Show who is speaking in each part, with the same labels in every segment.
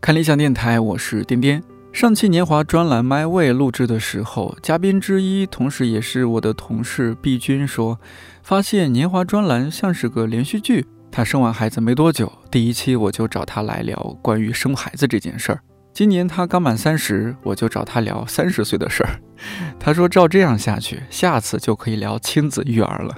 Speaker 1: 看理想电台，我是颠颠。上期年华专栏《My Way》录制的时候，嘉宾之一，同时也是我的同事毕军说，发现年华专栏像是个连续剧。他生完孩子没多久，第一期我就找他来聊关于生孩子这件事儿。今年他刚满三十，我就找他聊三十岁的事儿。 他说照这样下去，下次就可以聊亲子育儿了。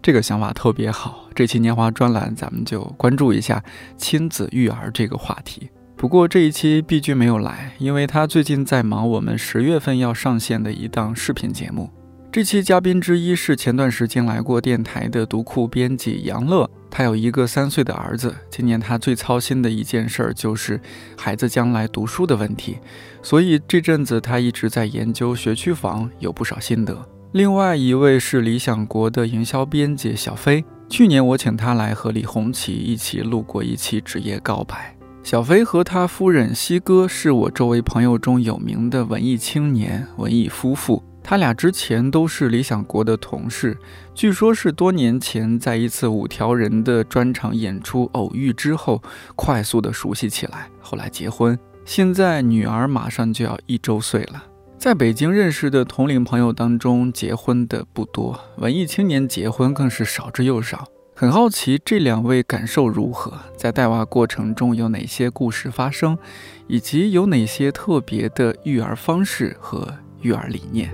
Speaker 1: 这个想法特别好，这期年华专栏咱们就关注一下亲子育儿这个话题。不过这一期毕剧没有来，因为他最近在忙我们十月份要上线的一档视频节目。这期嘉宾之一是前段时间来过电台的读库编辑杨乐，他有一个三岁的儿子。今年他最操心的一件事儿就是孩子将来读书的问题，所以这阵子他一直在研究学区房，有不少心得。另外一位是理想国的营销编辑小飞，去年我请他来和李红旗一起录过一期《职业告白》。小飞和他夫人西哥是我周围朋友中有名的文艺青年、文艺夫妇。他俩之前都是理想国的同事，据说是多年前在一次五条人的专场演出偶遇之后，快速的熟悉起来，后来结婚。现在女儿马上就要一周岁了。在北京认识的同龄朋友当中，结婚的不多，文艺青年结婚更是少之又少。很好奇这两位感受如何，在带娃过程中有哪些故事发生，以及有哪些特别的育儿方式和育儿理念。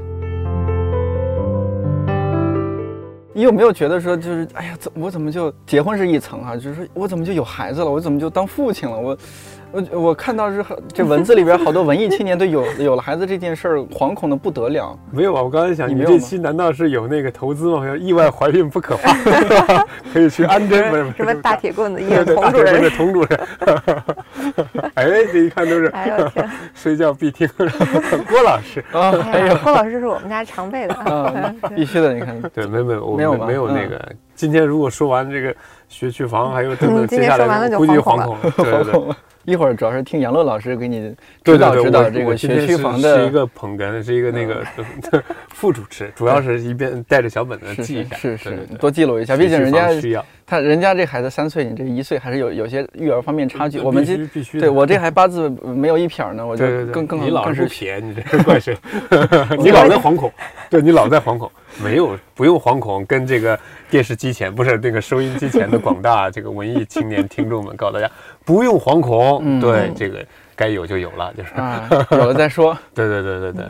Speaker 2: 你有没有觉得说，就是哎呀，怎我怎么就结婚是一层啊？就是说我怎么就有孩子了？我怎么就当父亲了？我，我我看到是很这文字里边好多文艺青年对有有了孩子这件事儿惶恐的不得了。
Speaker 3: 没有吧？我刚才想，
Speaker 2: 你
Speaker 3: 你
Speaker 2: 没
Speaker 3: 们
Speaker 2: 有
Speaker 3: 这
Speaker 2: 吗
Speaker 3: 期难道是有那个投资吗？好像意外怀孕不可 怕，可以去安贞，不是不是
Speaker 4: 什么大铁棍子一
Speaker 3: 对
Speaker 4: 人
Speaker 3: 对
Speaker 4: 同
Speaker 3: 大
Speaker 4: 主
Speaker 3: 铁棍
Speaker 4: 人
Speaker 3: 的，佟主任， 哎，这一看都是
Speaker 4: 哎 呦天，
Speaker 3: 睡觉必听郭老 师。
Speaker 2: 啊，
Speaker 4: 哎呀，郭老师是我们家常备的啊
Speaker 2: 啊，必须的，你看，
Speaker 3: 对，没没，我
Speaker 2: 没有吧
Speaker 3: 们没有那
Speaker 2: 嗯
Speaker 3: 个。今天如果说完这个学区房，还有等
Speaker 2: 哦
Speaker 3: 等，
Speaker 4: 嗯今
Speaker 3: 接
Speaker 4: 天
Speaker 3: 下
Speaker 4: 说完
Speaker 3: 来
Speaker 4: 了就
Speaker 3: 我估计
Speaker 4: 惶
Speaker 3: 惶
Speaker 4: 恐
Speaker 3: 恐了。对对 对。
Speaker 2: 一会儿主要是听杨乐老师给你
Speaker 3: 对
Speaker 2: 指
Speaker 3: 对
Speaker 2: 导
Speaker 3: 对，
Speaker 2: 指
Speaker 3: 我
Speaker 2: 导这
Speaker 3: 我
Speaker 2: 个
Speaker 3: 今天
Speaker 2: 学区
Speaker 3: 是
Speaker 2: 房
Speaker 3: 是
Speaker 2: 的嗯
Speaker 3: 一个捧哏，是一个那个 副主持，主要是一边带着小本子
Speaker 2: 是
Speaker 3: 记一下，
Speaker 2: 是是
Speaker 3: 对对
Speaker 2: 是
Speaker 3: 对，
Speaker 2: 多记录一下，毕竟
Speaker 3: 学
Speaker 2: 人
Speaker 3: 区
Speaker 2: 家
Speaker 3: 房需要
Speaker 2: 他人家这孩子三岁，你这一岁还是有有些育儿方面差距。我们
Speaker 3: 嗯必
Speaker 2: 这
Speaker 3: 须必须
Speaker 2: 对
Speaker 3: 的
Speaker 2: 我这还八字没有一撇儿呢，我就
Speaker 3: 对对对，
Speaker 2: 更更
Speaker 3: 你老
Speaker 2: 更
Speaker 3: 是
Speaker 2: 是
Speaker 3: 不撇，你这是怪谁？你老在惶恐，对你老在惶恐， 没有不用惶恐，跟这个电视机前不是那个收音机前的广大这个文艺青年听众们告诉大家，不用惶恐，
Speaker 2: 嗯
Speaker 3: 对这个该有就有了，就是
Speaker 2: 啊，有了再说。
Speaker 3: 对对对对对。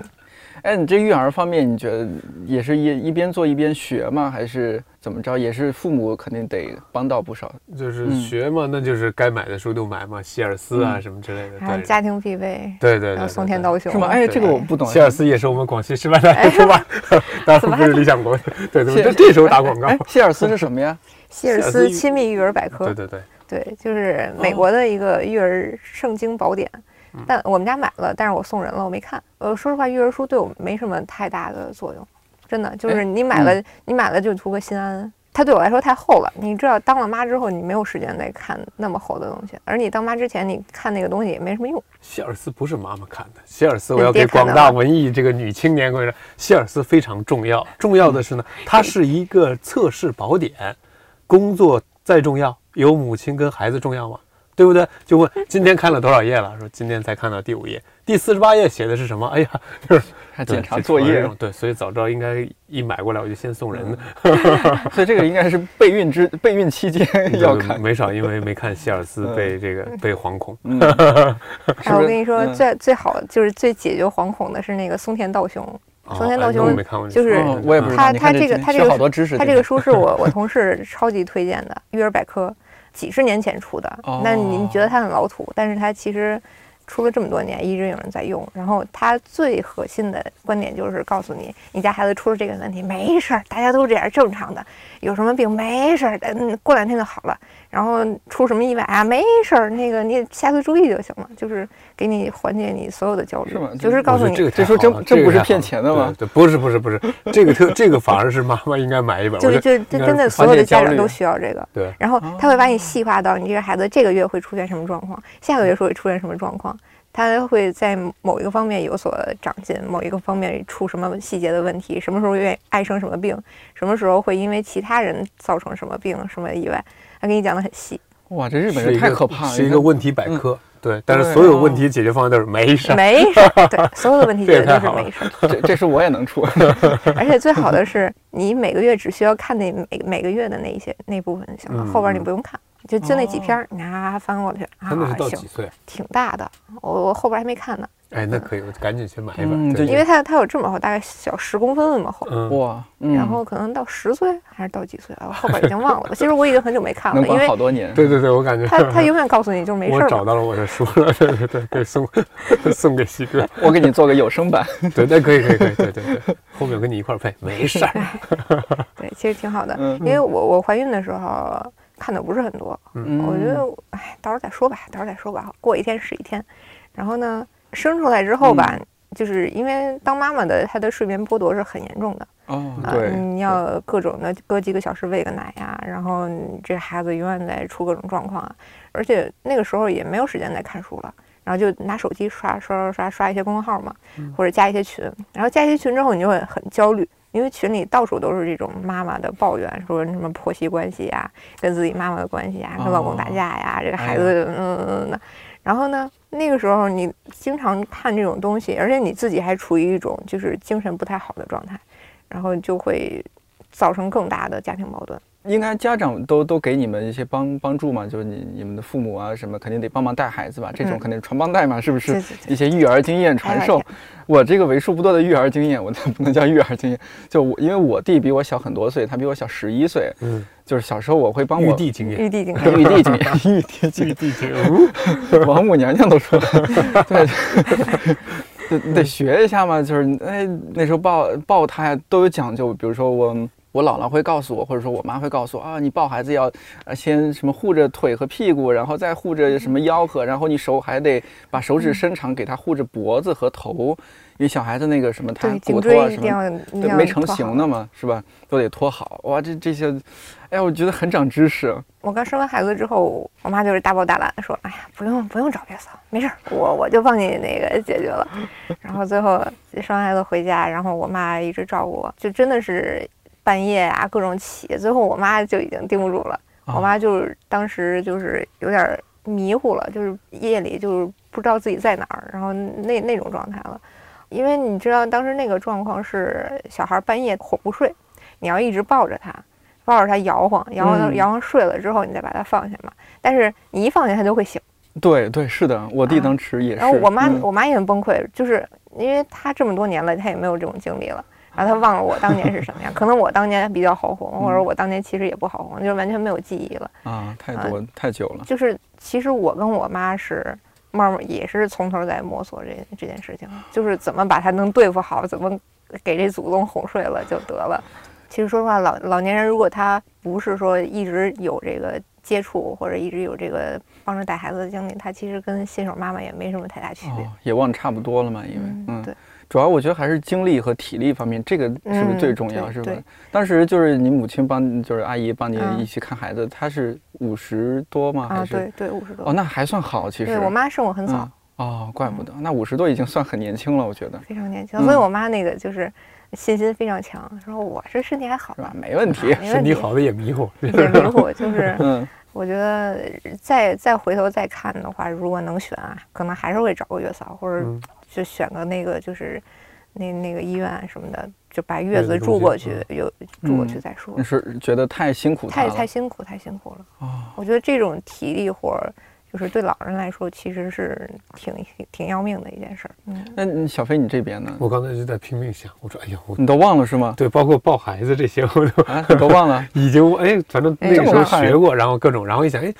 Speaker 2: 哎，你这育儿方面，你觉得也是一一边做一边学吗？还是怎么着？也是父母肯定得帮到不少。
Speaker 3: 就是
Speaker 2: 嗯
Speaker 3: 学嘛，那就是该买的书都买嘛，希尔斯啊
Speaker 2: 嗯
Speaker 3: 什么之类的，
Speaker 4: 然后
Speaker 3: 对
Speaker 4: 家庭必备，
Speaker 3: 对对
Speaker 4: 然后
Speaker 3: 对，
Speaker 4: 松
Speaker 3: 对
Speaker 4: 田
Speaker 3: 对
Speaker 4: 刀雄
Speaker 2: 是吗？哎，
Speaker 3: 对
Speaker 2: 这个我不懂。
Speaker 3: 希尔斯也是我们广西师范大学出版，当然不是理想国的，对对，
Speaker 2: 谢
Speaker 3: 这这时候打广告
Speaker 2: 哎，，希尔斯是什么 呀？
Speaker 4: 希尔
Speaker 3: 希尔
Speaker 4: 斯
Speaker 3: 斯
Speaker 4: 亲密育儿百科
Speaker 3: 对，对对，
Speaker 4: 对，就是美国的一个育儿圣经宝典。
Speaker 3: 嗯
Speaker 4: 但我们家买了，但是我送人了，我没看。呃，说实话，育儿书对我没什么太大的作用，真的
Speaker 3: 哎
Speaker 4: 就是你买
Speaker 3: 嗯
Speaker 4: 了，你买了就图个心安。它对我来说太厚了，你知道，当了妈之后，你没有时间再看那么厚的东西，而你当妈之前，你看那个东西也没什么用。
Speaker 3: 希尔斯不是妈妈看的，希尔斯我
Speaker 2: 嗯
Speaker 4: 对
Speaker 3: 要
Speaker 4: 爹
Speaker 3: 给
Speaker 4: 看
Speaker 3: 广
Speaker 4: 的
Speaker 3: 大
Speaker 4: 了
Speaker 3: 文艺这个女青年跟你说，希尔斯非常重要。重要的是呢，
Speaker 2: 嗯
Speaker 3: 它是一个测试宝典。工作再重要，有母亲跟孩子重要吗？对不对？就 问今天看了多少页了？说今天才看到第五页，第四十八页写的是什么？哎呀，就是
Speaker 2: 还
Speaker 3: 对
Speaker 2: 检查
Speaker 3: 这
Speaker 2: 作
Speaker 3: 这
Speaker 2: 业
Speaker 3: 种，对，所以早知道应该一买过来我就先送人的。
Speaker 2: 所以这个应该是备孕之备孕期间嗯 要
Speaker 3: 就是
Speaker 2: 看。
Speaker 3: 没少因为没看希尔斯
Speaker 2: 嗯
Speaker 3: 被这个被惶恐。
Speaker 2: 嗯，是
Speaker 4: 哎，
Speaker 2: 不
Speaker 4: 我
Speaker 2: 是
Speaker 4: 跟你说，
Speaker 2: 嗯
Speaker 4: 最最好就是最解决惶恐的是那个松田道雄。
Speaker 3: 哦
Speaker 4: 松田
Speaker 3: 哎
Speaker 4: 道
Speaker 3: 那我
Speaker 4: 雄
Speaker 3: 没看过这
Speaker 4: 就是
Speaker 3: 书
Speaker 2: 哦我也不知道。
Speaker 4: 他
Speaker 2: 你看
Speaker 4: 他这个
Speaker 2: 今
Speaker 4: 他这
Speaker 2: 学
Speaker 4: 个
Speaker 2: 好多知识。
Speaker 4: 他这个书是我我同事超级推荐的《育儿百科》，几十年前出的
Speaker 2: 哦。
Speaker 4: 那你觉得它很老土，但是它其实出了这么多年，一直有人在用。然后它最核心的观点就是告诉你，你家孩子出了这个问题没事儿，大家都这样正常的，有什么病没事儿，嗯，过两天就好了。然后出什么意外啊没事儿，那个你下次注意就行了，就是给你缓解你所有的焦虑，
Speaker 2: 是吗
Speaker 4: 就
Speaker 2: 就是是
Speaker 4: 告诉
Speaker 3: 我觉得
Speaker 4: 你
Speaker 3: 这个
Speaker 2: 这
Speaker 3: 太
Speaker 2: 书
Speaker 3: 好
Speaker 2: 真
Speaker 3: 了
Speaker 2: 真
Speaker 3: 这个
Speaker 2: 不是
Speaker 3: 太好
Speaker 2: 骗
Speaker 3: 了
Speaker 2: 钱的吗
Speaker 3: 对，对不是不是不是，这个特这个反而是妈妈应该 买一本。
Speaker 4: 就
Speaker 3: 我
Speaker 4: 是
Speaker 3: 觉得
Speaker 4: 就是
Speaker 3: 应该
Speaker 4: 真的，
Speaker 3: 是
Speaker 4: 所
Speaker 2: 缓
Speaker 4: 有
Speaker 2: 解
Speaker 4: 的
Speaker 2: 焦
Speaker 4: 家长
Speaker 2: 虑
Speaker 4: 都需要这个。
Speaker 3: 对
Speaker 4: 然后他会把你细化到你这个孩子这个月会出现什么状况，下个月会出现什么状况，他会在某一个方面有所长进，某一个方面出什么细节的问题，什么时候愿意爱生什么病，什么时候会因为其他人造成什么病什么意外，他给你讲的很细。
Speaker 2: 哇，这日本
Speaker 3: 是
Speaker 2: 人
Speaker 3: 一
Speaker 2: 太
Speaker 3: 个
Speaker 2: 可怕了。
Speaker 3: 是一
Speaker 2: 你
Speaker 3: 个
Speaker 2: 看
Speaker 3: 问题百科。对，但是
Speaker 2: 对哦
Speaker 3: 所有问题解决方案都是 没事儿。
Speaker 4: 没事儿，对，所有的问 题
Speaker 3: 这也
Speaker 4: 解决都
Speaker 3: 太
Speaker 4: 是
Speaker 3: 好了
Speaker 4: 没事儿。
Speaker 2: 这这是我也能 出，
Speaker 4: 而且最好的是，你每个月只需要看那每每个月的那一些那部分就行了，
Speaker 3: 嗯
Speaker 4: 后边你
Speaker 3: 嗯
Speaker 4: 不用看，就就那几篇儿，你啊翻过去啊
Speaker 3: 他那是，到
Speaker 4: 行
Speaker 3: 几，岁？
Speaker 4: 挺大的，我我后边还没看呢，
Speaker 3: 哎，那可以，我赶紧去买一
Speaker 2: 嗯
Speaker 3: 本。
Speaker 2: 就
Speaker 3: 对
Speaker 4: 因为它它有这么厚，大概小十公分那么厚。
Speaker 3: 嗯，
Speaker 2: 哇，嗯
Speaker 4: 然后可能到十岁还是到几岁啊？我后边已经忘 了。其实我已经很久没看了，
Speaker 2: 能
Speaker 4: 因
Speaker 2: 管
Speaker 4: 为
Speaker 2: 好多年。
Speaker 3: 对对对，我感觉
Speaker 4: 他他 永远告诉你就是没事
Speaker 3: 我
Speaker 4: 儿
Speaker 3: 找
Speaker 4: 嘛。
Speaker 3: 到了我的书了，对对对，可以送 送给西哥。
Speaker 2: 我给你做个有声 版，
Speaker 3: 对，那可以可以可以，对对对，后面我跟你一块儿配，没事儿。
Speaker 4: 对，其实挺好的，
Speaker 2: 嗯
Speaker 4: 因为我我怀孕的时候看的不是很多，
Speaker 2: 嗯
Speaker 4: 我觉得，哎，到时候再说吧，到时候再说吧，过一天是一天。然后呢，生出来之后
Speaker 2: 嗯
Speaker 4: 吧，就是因为当妈妈的，她的睡眠剥夺是很严重的
Speaker 2: 哦，
Speaker 4: 啊，
Speaker 2: 对，
Speaker 4: 你要各种的隔几个小时喂个奶呀、然后你这孩子永远在出各种状况啊，而且那个时候也没有时间再看书了。然后就拿手机刷刷刷刷刷一些公众号嘛，
Speaker 2: 嗯
Speaker 4: 或者加一些群，然后加一些群之后，你就会很焦虑，因为群里到处都是这种妈妈的抱怨，说什么婆媳关系呀、跟自己妈妈的关系呀、跟老公打
Speaker 2: 哦
Speaker 4: 架呀，这个孩
Speaker 2: 哎呀
Speaker 4: 子嗯嗯嗯的。然后呢，那个时候你经常看这种东西，而且你自己还处于一种就是精神不太好的状态，然后就会造成更大的家庭矛盾。
Speaker 2: 应该家长都都给你们一些帮帮助嘛，就是你你们的父母啊什么，肯定得帮忙带孩子吧，这种
Speaker 4: 嗯
Speaker 2: 肯定传帮带嘛，是不
Speaker 4: 对
Speaker 2: 是？
Speaker 4: 对对
Speaker 2: 一些育儿经验传授
Speaker 4: 哎，
Speaker 2: 我这个为数不多的育儿经验，我 不能叫育儿经验，就我因为我弟比我小很多岁，他比我小十一岁，
Speaker 3: 嗯，
Speaker 2: 就是小时候我会帮
Speaker 3: 玉
Speaker 2: 我嗯
Speaker 3: 帝经验，
Speaker 4: 玉 帝经
Speaker 2: 玉帝经验，玉帝经
Speaker 3: 玉
Speaker 2: 验，
Speaker 3: 帝经验，
Speaker 2: 王母娘娘都说了，对，就得学一下嘛。就是哎，那时候抱抱他都有讲究，比如说我我姥姥会告诉我，或者说我妈会告诉我啊，你抱孩子要呃先什么护着腿和屁股，然后再护着什么腰和，然后你手还得把手指伸长给他护着脖子和头，因为小孩子那个什么他
Speaker 4: 对
Speaker 2: 骨
Speaker 4: 颈
Speaker 2: 头啊
Speaker 4: 椎一
Speaker 2: 什
Speaker 4: 定
Speaker 2: 么
Speaker 4: 要一定
Speaker 2: 对
Speaker 4: 要
Speaker 2: 没成
Speaker 4: 做好
Speaker 2: 型的嘛，是吧？都得托好。哇，这这些，哎呀，我觉得很长知识。
Speaker 4: 我刚生完孩子之后，我妈就是大包大揽地说：“哎呀，不用不用找月嫂，没事儿，我我就帮你那个解决了。”然后最后生完孩子回家，然后我妈一直照顾我，就真的是半夜啊各种起，最后我妈就已经顶不住了。我妈就是当时就是有点儿迷糊了，就是夜里就是不知道自己在哪儿，然后那那种状态了。因为你知道当时那个状况是小孩儿半夜哄不睡，你要一直抱着他，抱着他摇晃，摇晃到
Speaker 2: 嗯
Speaker 4: 摇晃睡了之后，你再把他放下嘛。但是你一放下他就会醒，
Speaker 2: 对对，是的，我弟
Speaker 4: 啊
Speaker 2: 当时也是。
Speaker 4: 然后我妈、
Speaker 2: 嗯
Speaker 4: 我妈也很崩溃，就是因为她这么多年了，她也没有这种经历了。然后她忘了我当年是什么样，可能我当年比较好哄，或
Speaker 2: 嗯
Speaker 4: 者我当年其实也不好哄，就是完全没有记忆了。
Speaker 2: 啊，太
Speaker 4: 啊
Speaker 2: 多、太久了。
Speaker 4: 就是其实我跟我妈是慢慢也是从头在摸索这这件事情，就是怎么把她能对付好，怎么给这祖宗哄睡了就得了。其实说实话，老老年人如果他不是说一直有这个接触或者一直有这个帮着带孩子的经历，他其实跟新手妈妈也没什么太大区别。
Speaker 2: 哦，也忘差不多了嘛，因为嗯，
Speaker 4: 对，
Speaker 2: 主要我觉得还是精力和体力方面，这个是不是
Speaker 4: 嗯
Speaker 2: 最重要？
Speaker 4: 对
Speaker 2: 是吧
Speaker 4: 对？
Speaker 2: 当时就是你母亲帮，就是阿姨帮你
Speaker 4: 嗯
Speaker 2: 一起看孩子，她是五十多吗？还
Speaker 4: 啊，
Speaker 2: 是？
Speaker 4: 对对，五十多。
Speaker 2: 哦，那还算好，其实。
Speaker 4: 对我妈生我很嗯早，
Speaker 2: 嗯。哦，怪不得，那五十多已经算很年轻了，我觉得，
Speaker 4: 非常年轻，
Speaker 2: 嗯
Speaker 4: 所以我妈那个就是信心非常强，说我这身体还好
Speaker 2: 是吧
Speaker 4: 吧？，
Speaker 2: 没问题
Speaker 4: 啊。没
Speaker 3: 身
Speaker 4: 问
Speaker 3: 体
Speaker 4: 题，
Speaker 3: 好的也迷糊。
Speaker 4: 也迷糊，就是
Speaker 2: 嗯，
Speaker 4: 我觉得再再回头再看的话，如果能选啊，可能还是会找个月嫂，或者
Speaker 3: 嗯
Speaker 4: 就选个那个就是那那个医院啊什么的，就把
Speaker 3: 月
Speaker 4: 月
Speaker 3: 子
Speaker 4: 子
Speaker 3: 中
Speaker 4: 住
Speaker 3: 心
Speaker 4: 过去，有住过
Speaker 2: 嗯
Speaker 4: 去再说
Speaker 2: 你。是觉得太辛苦她
Speaker 4: 太
Speaker 2: 了，
Speaker 4: 太辛苦，太辛苦了。
Speaker 2: 哦
Speaker 4: 我觉得这种体力活儿，就是对老人来说，其实是挺挺挺要命的一件事儿。嗯，
Speaker 2: 那你小飞你这边呢？
Speaker 3: 我刚才就在拼命想，我说哎呀，我
Speaker 2: 你都忘了是吗？
Speaker 3: 对，包括抱孩子这些，我都？
Speaker 2: 啊，你都忘了
Speaker 3: 已经哎，反正
Speaker 4: 哎
Speaker 3: 那个时
Speaker 2: 这
Speaker 3: 候
Speaker 2: 么快
Speaker 3: 学过，然后各种，然后一想哎。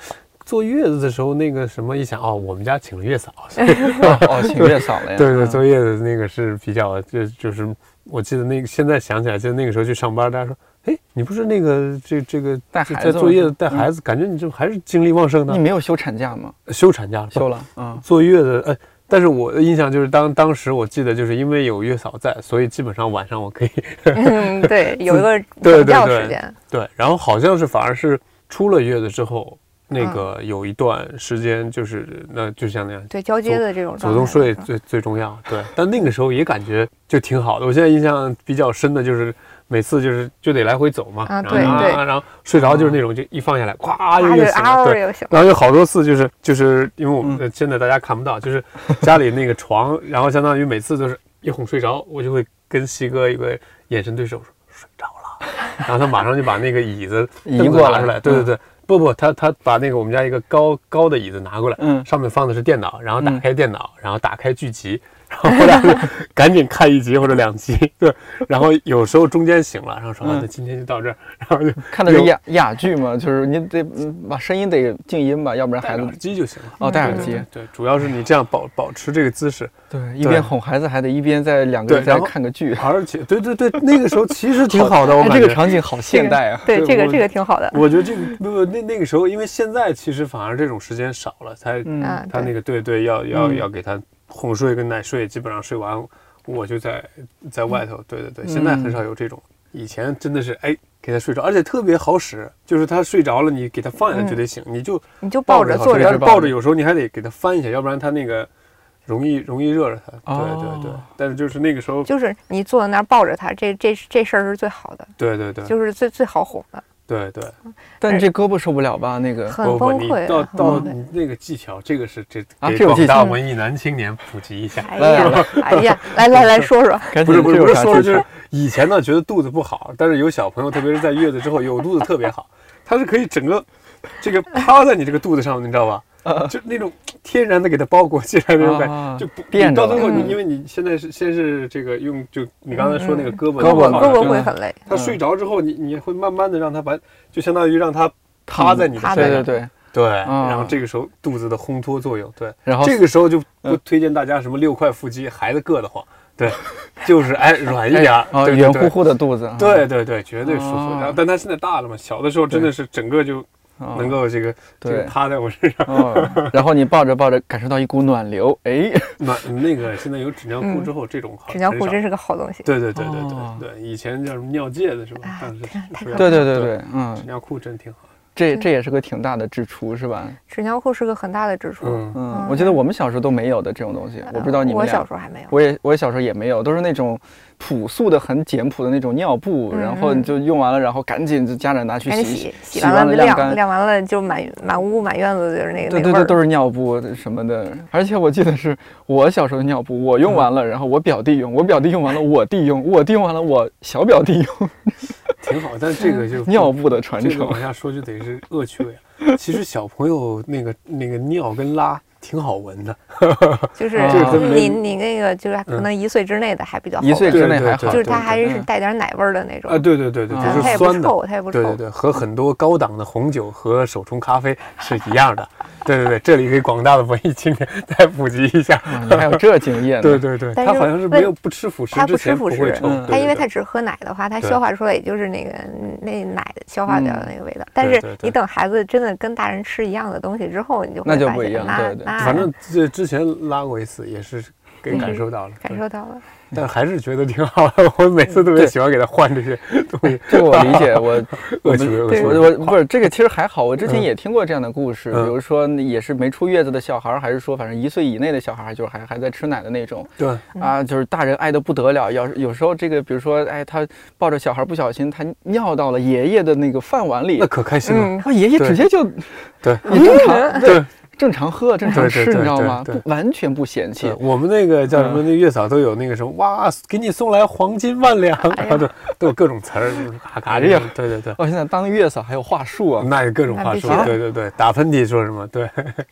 Speaker 3: 坐月子的时候，那个什么一想哦，我们家请了月 嫂，所以
Speaker 2: 哦，请月嫂了呀。
Speaker 3: 对对，
Speaker 2: 嗯
Speaker 3: 坐月子那个是比较，就就是我记得那个，现在想起来，就那个时候去上班，大家说，哎，你不是那个这这个
Speaker 2: 带
Speaker 3: 这
Speaker 2: 孩
Speaker 3: 在
Speaker 2: 子
Speaker 3: 坐
Speaker 2: 吗
Speaker 3: 月子带孩子，感觉你这还是精力旺盛
Speaker 2: 你
Speaker 3: 呢，
Speaker 2: 没有休产假吗？
Speaker 3: 休产假了
Speaker 2: 休了，嗯。
Speaker 3: 坐月子，呃，但是我的印象就是当当时我记得就是因为有月嫂在，所以基本上晚上我可以
Speaker 4: 嗯 对，有一个
Speaker 3: 对对
Speaker 4: 补觉
Speaker 3: 对
Speaker 4: 时间。
Speaker 3: 对，然后好像是反而是出了月子之后，
Speaker 4: 嗯
Speaker 3: 那个有一段时间就是那就像那样。
Speaker 4: 对交接的这种
Speaker 3: 主
Speaker 4: 状态
Speaker 3: 动
Speaker 4: 来
Speaker 3: 睡
Speaker 4: 说
Speaker 3: 最最重要，对，但那个时候也感觉就挺好的。我现在印象比较深的就是每次就是就得来回走嘛，
Speaker 4: 啊
Speaker 3: 然后
Speaker 4: 对对
Speaker 3: 啊然后睡着就是那种就一放下来，咵
Speaker 4: 啊，
Speaker 3: 又
Speaker 4: 就
Speaker 3: 就是醒
Speaker 4: 嗷
Speaker 3: 了，
Speaker 4: 嗷
Speaker 3: 对。
Speaker 4: 又醒了，
Speaker 3: 然后有好多次就是就是因为我们
Speaker 2: 嗯
Speaker 3: 呃真的大家看不到，就是家里那个床， 然后相当于每次都是一哄睡着，我就会跟西哥一个眼神对视，我说睡着了，然后他马上就把那个椅子
Speaker 2: 移
Speaker 3: 凳子
Speaker 2: 过
Speaker 3: 拿出
Speaker 2: 来
Speaker 3: 来，对对
Speaker 2: 嗯
Speaker 3: 对，不不，他他把那个我们家一个高高的椅子拿过来，
Speaker 2: 嗯
Speaker 3: 上面放的是电脑，然后打
Speaker 2: 嗯
Speaker 3: 开电脑，然后打开剧集，然后后来就赶紧看一集或者两集，对，然后有时候中间醒了，然后说、啊
Speaker 2: 嗯
Speaker 3: 那今天就到这儿，然后就
Speaker 2: 看的是
Speaker 3: 有
Speaker 2: 哑哑剧嘛，就是你得嗯把声音得静音吧，要不然
Speaker 3: 戴
Speaker 2: 孩
Speaker 3: 着
Speaker 2: 子
Speaker 3: 耳机就行了。
Speaker 2: 哦戴耳
Speaker 4: 嗯
Speaker 2: 机，
Speaker 3: 对，主要是你这样保保持这个姿势，
Speaker 2: 对，一边哄孩子还得一边在两个人
Speaker 3: 对
Speaker 2: 在
Speaker 3: 然后
Speaker 2: 看个剧，
Speaker 3: 而且对对对，那个时候其实 挺好的，我
Speaker 2: 哎
Speaker 3: 感
Speaker 2: 这
Speaker 3: 觉。
Speaker 2: 个场景好现代啊，
Speaker 4: 对，
Speaker 3: 对
Speaker 4: 这个
Speaker 3: 我
Speaker 4: 这个挺好的，
Speaker 3: 我觉得这个不不那那个时候，因为现在其实反而这种时间少了，才
Speaker 2: 嗯
Speaker 4: 啊，
Speaker 3: 他那
Speaker 4: 对
Speaker 3: 个对对要要
Speaker 2: 嗯
Speaker 3: 要给他哄睡跟奶睡，基本上睡完我就在在外头，对对对，现在很少有这种，以前真的是哎给他睡着，而且特别好使，就是他睡着了，你给他放下来就得醒，你就
Speaker 4: 你就抱
Speaker 3: 着
Speaker 4: 着
Speaker 3: 好
Speaker 4: 坐
Speaker 3: 睡
Speaker 4: 着
Speaker 3: 但是抱着有时候你还得给他翻一下，要不然他那个容易容易热着他，对对对
Speaker 2: 哦，
Speaker 3: 但是就是那个时候，
Speaker 4: 就是你坐在那儿抱着他，这这这事儿是最好的，
Speaker 3: 对对对
Speaker 4: 就是最最好哄的，
Speaker 3: 对对。
Speaker 2: 但这胳膊受不了吧？那个
Speaker 4: 很
Speaker 3: 不不，
Speaker 4: 崩
Speaker 3: 你
Speaker 4: 溃
Speaker 3: 到
Speaker 4: 啊，很
Speaker 3: 到
Speaker 4: 崩溃
Speaker 3: 你那个技巧，这个是这
Speaker 2: 啊
Speaker 3: 给
Speaker 2: 这有技
Speaker 3: 广大
Speaker 4: 巧
Speaker 3: 文艺男青年普及一下。
Speaker 4: 哎
Speaker 2: 来来
Speaker 4: 呀，哎呀，来来来说说，
Speaker 2: 赶
Speaker 3: 不
Speaker 2: 紧
Speaker 3: 是不是
Speaker 2: 这有
Speaker 3: 不是
Speaker 2: 啥
Speaker 3: 说
Speaker 2: 技巧
Speaker 3: 是就是以前呢觉得肚子不好，但是有小朋友，特别是在月子之后，有肚子特别好，他是可以整个这个趴在你这个肚子上，你知道 吧？就那种天然的给它包裹起来那种感
Speaker 2: 啊
Speaker 3: 觉，就不
Speaker 2: 垫
Speaker 3: 你
Speaker 2: 着
Speaker 3: 到最后
Speaker 4: 了
Speaker 3: 你因为你现在是先是这个用就你刚才说那个
Speaker 4: 嗯
Speaker 3: 胳膊
Speaker 2: 胳膊
Speaker 3: 放
Speaker 2: 嘛
Speaker 3: 着
Speaker 4: 胳膊
Speaker 2: 对
Speaker 4: 会很累，
Speaker 3: 他睡着之后，你你会慢慢的让他把，就相当于让他趴在你的
Speaker 4: 趴
Speaker 3: 身
Speaker 4: 在
Speaker 2: 对
Speaker 3: 上
Speaker 2: 对，对，
Speaker 3: 对，
Speaker 2: 啊
Speaker 3: 然后这个时候肚子的烘托作用，对，
Speaker 2: 然后
Speaker 3: 这个时候就不
Speaker 2: 嗯
Speaker 3: 推荐大家什么六块腹肌，孩子硌得慌，对，就 是哎软一点儿，
Speaker 2: 哦
Speaker 3: 对
Speaker 2: 圆乎，乎的肚子，啊
Speaker 3: 对对对对对，绝对舒服。
Speaker 2: 哦
Speaker 3: 然后但他现在大了嘛，小的时候真的是整个就
Speaker 2: 哦
Speaker 3: 能够这个这个
Speaker 2: 对
Speaker 3: 趴在我身上，
Speaker 2: 哦，然后你抱着抱着，感受到一股暖流，哎，
Speaker 3: 暖那个现在有纸尿裤
Speaker 4: 嗯
Speaker 3: 之后，这种好
Speaker 4: 纸尿裤真
Speaker 3: 是
Speaker 4: 是个好东西，
Speaker 3: 对对对对
Speaker 2: 哦
Speaker 3: 对对，以前叫什么尿介的是吧
Speaker 4: 啊？
Speaker 3: 当时
Speaker 4: 天啊太
Speaker 3: 不是
Speaker 4: 可
Speaker 2: 对对对
Speaker 3: 对
Speaker 2: 对，
Speaker 3: 纸
Speaker 2: 嗯，
Speaker 3: 尿裤真挺好，
Speaker 2: 这
Speaker 4: 嗯
Speaker 2: 这也是个挺大的支出是吧？
Speaker 4: 纸尿裤是个很大的支出。
Speaker 3: 嗯，
Speaker 2: 嗯
Speaker 4: 嗯，
Speaker 2: 我记得我们小时候都没有的这种东西，我不知道你们
Speaker 4: 我
Speaker 2: 俩
Speaker 4: 小时候还没有。
Speaker 2: 我也我也小时候也没有，都是那种朴素的、很简朴的那种尿布，
Speaker 4: 嗯
Speaker 2: 然后你就用完了，然后赶紧就家长拿去
Speaker 4: 赶紧
Speaker 2: 洗
Speaker 4: 洗，洗
Speaker 2: 完
Speaker 4: 完
Speaker 2: 了
Speaker 4: 了
Speaker 2: 晾
Speaker 4: 晾
Speaker 2: 干。
Speaker 4: 晾完了就满满屋满院子就是那个
Speaker 2: 对
Speaker 4: 那个
Speaker 2: 对
Speaker 4: 味
Speaker 2: 对，
Speaker 4: 儿，
Speaker 2: 都是尿布什么的，而且我记得是我小时候的尿布，我用完了，然后我表弟用，我表弟用完了，我弟用，我弟用完了，我小表弟用，
Speaker 3: 挺好，但这个 就
Speaker 2: 尿布的传
Speaker 3: 这个
Speaker 2: 承
Speaker 3: 往下说就得是恶趣味了。其实小朋友那个那个尿跟拉挺好闻的，
Speaker 4: 就是
Speaker 2: 啊这个嗯
Speaker 3: 真没
Speaker 4: 你你那个就是可能一岁之内的还比较好闻，
Speaker 2: 一岁之内
Speaker 3: 对对
Speaker 2: 还好，
Speaker 4: 就是它
Speaker 3: 对
Speaker 4: 还是
Speaker 2: 嗯
Speaker 4: 带点奶味儿的那种
Speaker 3: 啊，，对对对对，
Speaker 2: 啊
Speaker 3: 就
Speaker 4: 它也
Speaker 3: 是
Speaker 4: 不
Speaker 3: 酸的，
Speaker 4: 臭，它也不
Speaker 3: 对对
Speaker 4: 臭，
Speaker 3: 对，和很多高档的红酒和手冲咖啡是一样的。对对对，这里给广大的文艺青年再普及一下。
Speaker 2: 啊你还有这经验呢，
Speaker 3: 对对对，
Speaker 4: 但
Speaker 3: 他
Speaker 4: 是
Speaker 3: 好像是没
Speaker 4: 为
Speaker 3: 有不吃辅食
Speaker 4: 他
Speaker 3: 之
Speaker 4: 不吃
Speaker 3: 前不
Speaker 4: 辅
Speaker 3: 会
Speaker 4: 食
Speaker 3: 臭，
Speaker 2: 嗯
Speaker 3: 对
Speaker 4: 它因为
Speaker 3: 对
Speaker 4: 它只喝奶的话，它
Speaker 3: 对
Speaker 4: 消化出来也就是那个嗯那奶消化掉的那个味道。但是
Speaker 3: 嗯对对
Speaker 4: 你等孩子真的跟大人吃一样的东西之后，你就
Speaker 2: 那
Speaker 4: 会
Speaker 2: 就
Speaker 4: 发
Speaker 2: 不一
Speaker 4: 现
Speaker 2: 样
Speaker 4: 那
Speaker 2: 对对
Speaker 4: 那
Speaker 3: 反正这之前拉过一次，也是给感
Speaker 4: 啊嗯
Speaker 3: 受到了，
Speaker 4: 感
Speaker 3: 对
Speaker 4: 受到了。
Speaker 3: 但还是觉得挺好的。我每次特别
Speaker 2: 对
Speaker 3: 喜欢给他换 这些东西，
Speaker 2: 这个我理解，我
Speaker 3: 恶趣味，恶
Speaker 4: 对
Speaker 3: 趣
Speaker 2: 我
Speaker 3: 味。
Speaker 2: 我不是这个，其实还好。我之前也听过这样的故事，
Speaker 3: 嗯
Speaker 2: 比如说那也是没出月子的小孩儿，还是说反正一岁以内的小孩儿，就是还还在吃奶的那种
Speaker 3: 对，
Speaker 2: 啊，就是大人爱的不得了。要是有时候这个，比如说哎，他抱着小孩儿不小心，他尿到了爷爷的那个饭碗里
Speaker 3: 那，可开心了。
Speaker 4: 嗯，
Speaker 2: 他爷爷直接就
Speaker 3: 对
Speaker 2: 也
Speaker 3: 嗯
Speaker 2: 正常
Speaker 3: 对，
Speaker 2: 正常喝，正常吃，
Speaker 3: 对
Speaker 2: 你
Speaker 3: 对对
Speaker 2: 知道吗？
Speaker 3: 对
Speaker 2: 不
Speaker 3: 对
Speaker 2: 完全不嫌弃
Speaker 3: 对，。我们那个叫什么？
Speaker 2: 嗯
Speaker 3: 那月嫂都有那个什么，哇，给你送来黄金万两，
Speaker 4: 哎呀嗯
Speaker 3: 然后都 都有各种词儿，就是咔咔
Speaker 2: 哎呀
Speaker 3: 这种对对对，
Speaker 2: 哦，现在当月嫂还有话术啊！
Speaker 3: 那有各种话术
Speaker 4: 那必须，的
Speaker 3: 对对对，打喷嚏说什么？ 对，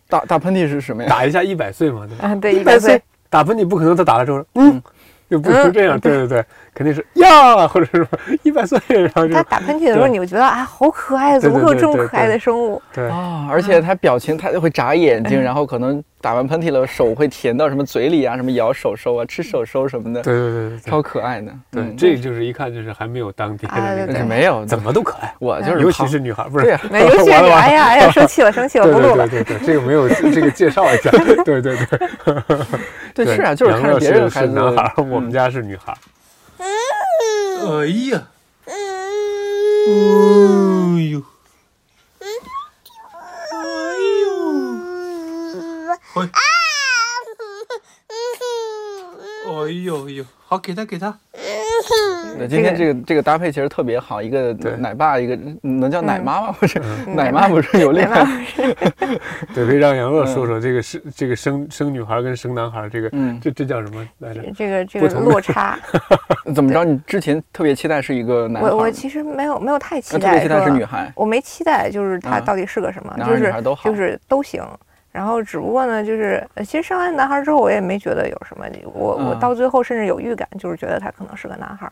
Speaker 2: 大大喷嚏是什么呀？
Speaker 3: 打一下一百岁嘛，对吧？
Speaker 4: 啊，对，一
Speaker 3: 100
Speaker 4: 百岁，，嗯
Speaker 3: 打喷嚏不可能他打了之后，嗯，又不是这样，对对对，肯定是呀，或者是一百岁，然后就
Speaker 4: 他打喷嚏的时候，
Speaker 3: 对
Speaker 4: 你就觉得啊，好可爱，怎么
Speaker 3: 对对
Speaker 4: 会有
Speaker 3: 对
Speaker 4: 这么
Speaker 3: 对
Speaker 4: 可爱
Speaker 3: 对
Speaker 4: 的生 物？
Speaker 3: 对
Speaker 2: 啊，而且他表情他就会眨眼
Speaker 3: 嗯
Speaker 2: 睛，然后可能打完喷嚏了，手会舔到什么嘴里啊，什么咬手手啊，吃手手什么的，
Speaker 3: 对对对对对
Speaker 2: 超可爱的。
Speaker 3: 对，
Speaker 2: 嗯
Speaker 3: 这就是一看就是还没有当爹的
Speaker 4: 啊
Speaker 3: 那
Speaker 4: 对
Speaker 2: 哎
Speaker 3: 个，
Speaker 2: 没有，
Speaker 3: 怎么都可爱，
Speaker 2: 我就是
Speaker 3: 尤其
Speaker 2: 胖
Speaker 3: 是女孩，不
Speaker 2: 对
Speaker 3: 是
Speaker 2: 呀。
Speaker 4: 那尤其是
Speaker 3: 完了完了
Speaker 4: 哎呀哎呀，生气了，生气了，
Speaker 3: 对
Speaker 4: 不录
Speaker 3: 对对对
Speaker 4: 了。
Speaker 3: 对，这个没有这个介绍一 下，对对对。
Speaker 2: 对是啊，就是
Speaker 3: 杨
Speaker 2: 看着
Speaker 3: 乐
Speaker 2: 别人的孩
Speaker 3: 是
Speaker 2: 子，嗯
Speaker 3: 男孩儿，我们家是女孩儿。
Speaker 5: 哎呀，哎呦，哎呦，哎，哎呦哎呦，好，给他给他，
Speaker 2: 对，今天这个这个搭配其实特别好，一个
Speaker 3: 对
Speaker 2: 奶爸，一个能叫奶妈吗？不是，
Speaker 3: 嗯
Speaker 2: 奶妈不是有厉害，
Speaker 3: 对，可以让杨乐说说这个是这个生生女孩跟生男孩这个，
Speaker 2: 嗯
Speaker 3: 这这叫什么来着？
Speaker 4: 这个这
Speaker 3: 不
Speaker 4: 个
Speaker 3: 同的
Speaker 4: 落差，
Speaker 2: 怎么着？你之前特别期待是一个男孩儿，呃
Speaker 4: 我我其实没有没有太期
Speaker 2: 那特别
Speaker 4: 待
Speaker 2: 期
Speaker 4: 说，
Speaker 2: 待是女孩，
Speaker 4: 我没期待就是他
Speaker 2: 啊
Speaker 4: 到底是个什么，
Speaker 2: 男孩
Speaker 4: 就
Speaker 2: 儿女
Speaker 4: 是
Speaker 2: 孩儿都好
Speaker 4: 就是都行。然后只不过呢，就是呃其实生完男孩儿之后，我也没觉得有什么，我我
Speaker 2: 嗯
Speaker 4: 到最后甚至有预感，就是觉得他可能是个男孩儿。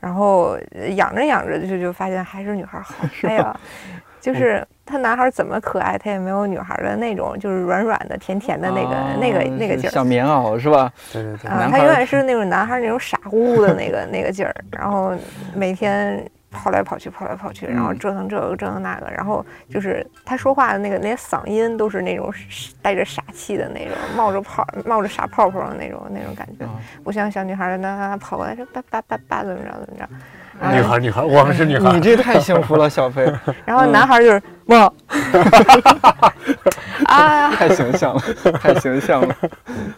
Speaker 4: 然后呃养着养着就就发现还是女孩 儿好，哎呀，
Speaker 2: 嗯
Speaker 4: 就是他男孩儿怎么可爱，他也没有女孩儿的那种就是软软的、甜甜的那个、
Speaker 3: 哦
Speaker 4: 那个
Speaker 2: 啊
Speaker 4: 那个
Speaker 2: 是
Speaker 4: 劲儿。
Speaker 2: 小棉袄是吧？
Speaker 3: 对对对，
Speaker 4: 啊
Speaker 2: 男，
Speaker 4: 他
Speaker 2: 孩
Speaker 4: 永
Speaker 2: 儿
Speaker 4: 远是那种男孩儿那种傻乎乎的那个那个劲儿，然后每天跑来跑去，跑来跑去，然后
Speaker 2: 嗯
Speaker 4: 折腾这个折腾那个，然后就是他说话的那个连嗓音都是那种带着傻气的那种，冒着泡冒着傻泡泡的那种那种感觉，
Speaker 2: 啊
Speaker 4: 不像小女孩儿那那跑过来说爸爸爸爸怎么着怎么着，然后
Speaker 3: 女孩女孩，我们是女孩
Speaker 2: 你，这太幸福了，小 飞，嗯
Speaker 4: 然后男孩儿就是哇，啊，
Speaker 2: 太形 象了，太形象了。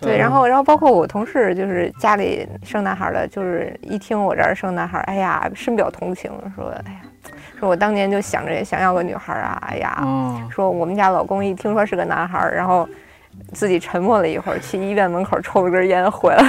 Speaker 4: 对，然
Speaker 2: 嗯
Speaker 4: 后然后包括我同事，就是家里生男孩儿的，就是一听我这儿生男孩儿，哎呀，深表同情，说哎呀，说我当年就想着想要个女孩儿啊，哎呀，
Speaker 2: 哦，
Speaker 4: 说我们家老公一听说是个男孩儿，然后自己沉默了一会儿，去医院门口抽了根烟回来，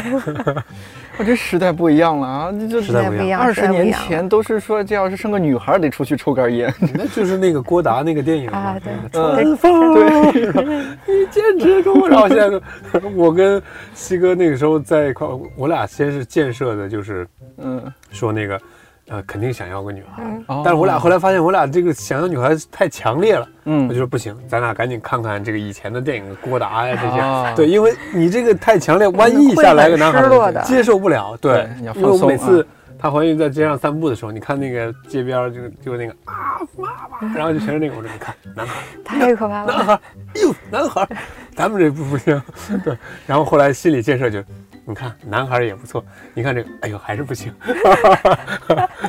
Speaker 2: 我这时代不一样了啊，这就
Speaker 3: 时代不
Speaker 4: 不
Speaker 3: 一
Speaker 4: 一
Speaker 3: 样
Speaker 4: 样，
Speaker 2: 二十
Speaker 4: 时代不一
Speaker 2: 年
Speaker 4: 样了
Speaker 2: 前都是说，这要是生个女孩儿得出去抽根烟。
Speaker 3: 那 就是那个郭达那个电影嘛
Speaker 4: 啊，对
Speaker 3: 那
Speaker 2: 嗯
Speaker 3: 个春风，
Speaker 2: 对，
Speaker 3: 你坚持住。然后现在就， 我跟西哥那个时候在一块儿，我俩先是建设的，就是
Speaker 2: 嗯，
Speaker 3: 说那个，呃，肯定想要个女孩儿，
Speaker 4: 嗯
Speaker 2: 但
Speaker 3: 但是我俩后来发现，我俩这个想要女孩太强烈了，我
Speaker 2: 哦嗯
Speaker 3: 就说不行，咱俩赶紧看看这个以前的电影，郭达呀这些。
Speaker 2: 啊
Speaker 3: 对，因为你这个太强烈，万一一下来个男孩
Speaker 4: 会很失落
Speaker 3: 儿
Speaker 4: 的
Speaker 3: 接受不了。对
Speaker 2: 对，你要
Speaker 3: 因为
Speaker 2: 放
Speaker 3: 我
Speaker 2: 松嗯
Speaker 3: 每次她怀孕在街上散步的时候，你看那个街边儿就就是那个啊哇
Speaker 4: 嗯
Speaker 3: 哇，然后就全是那个，我说你看男孩儿，
Speaker 4: 太可怕
Speaker 3: 男
Speaker 4: 了。啊
Speaker 3: 孩儿，哎呦男孩儿，咱们这不不行。对，然后后来心理建设就是，你看男孩儿也不错，你看这个，哎呦还是不行。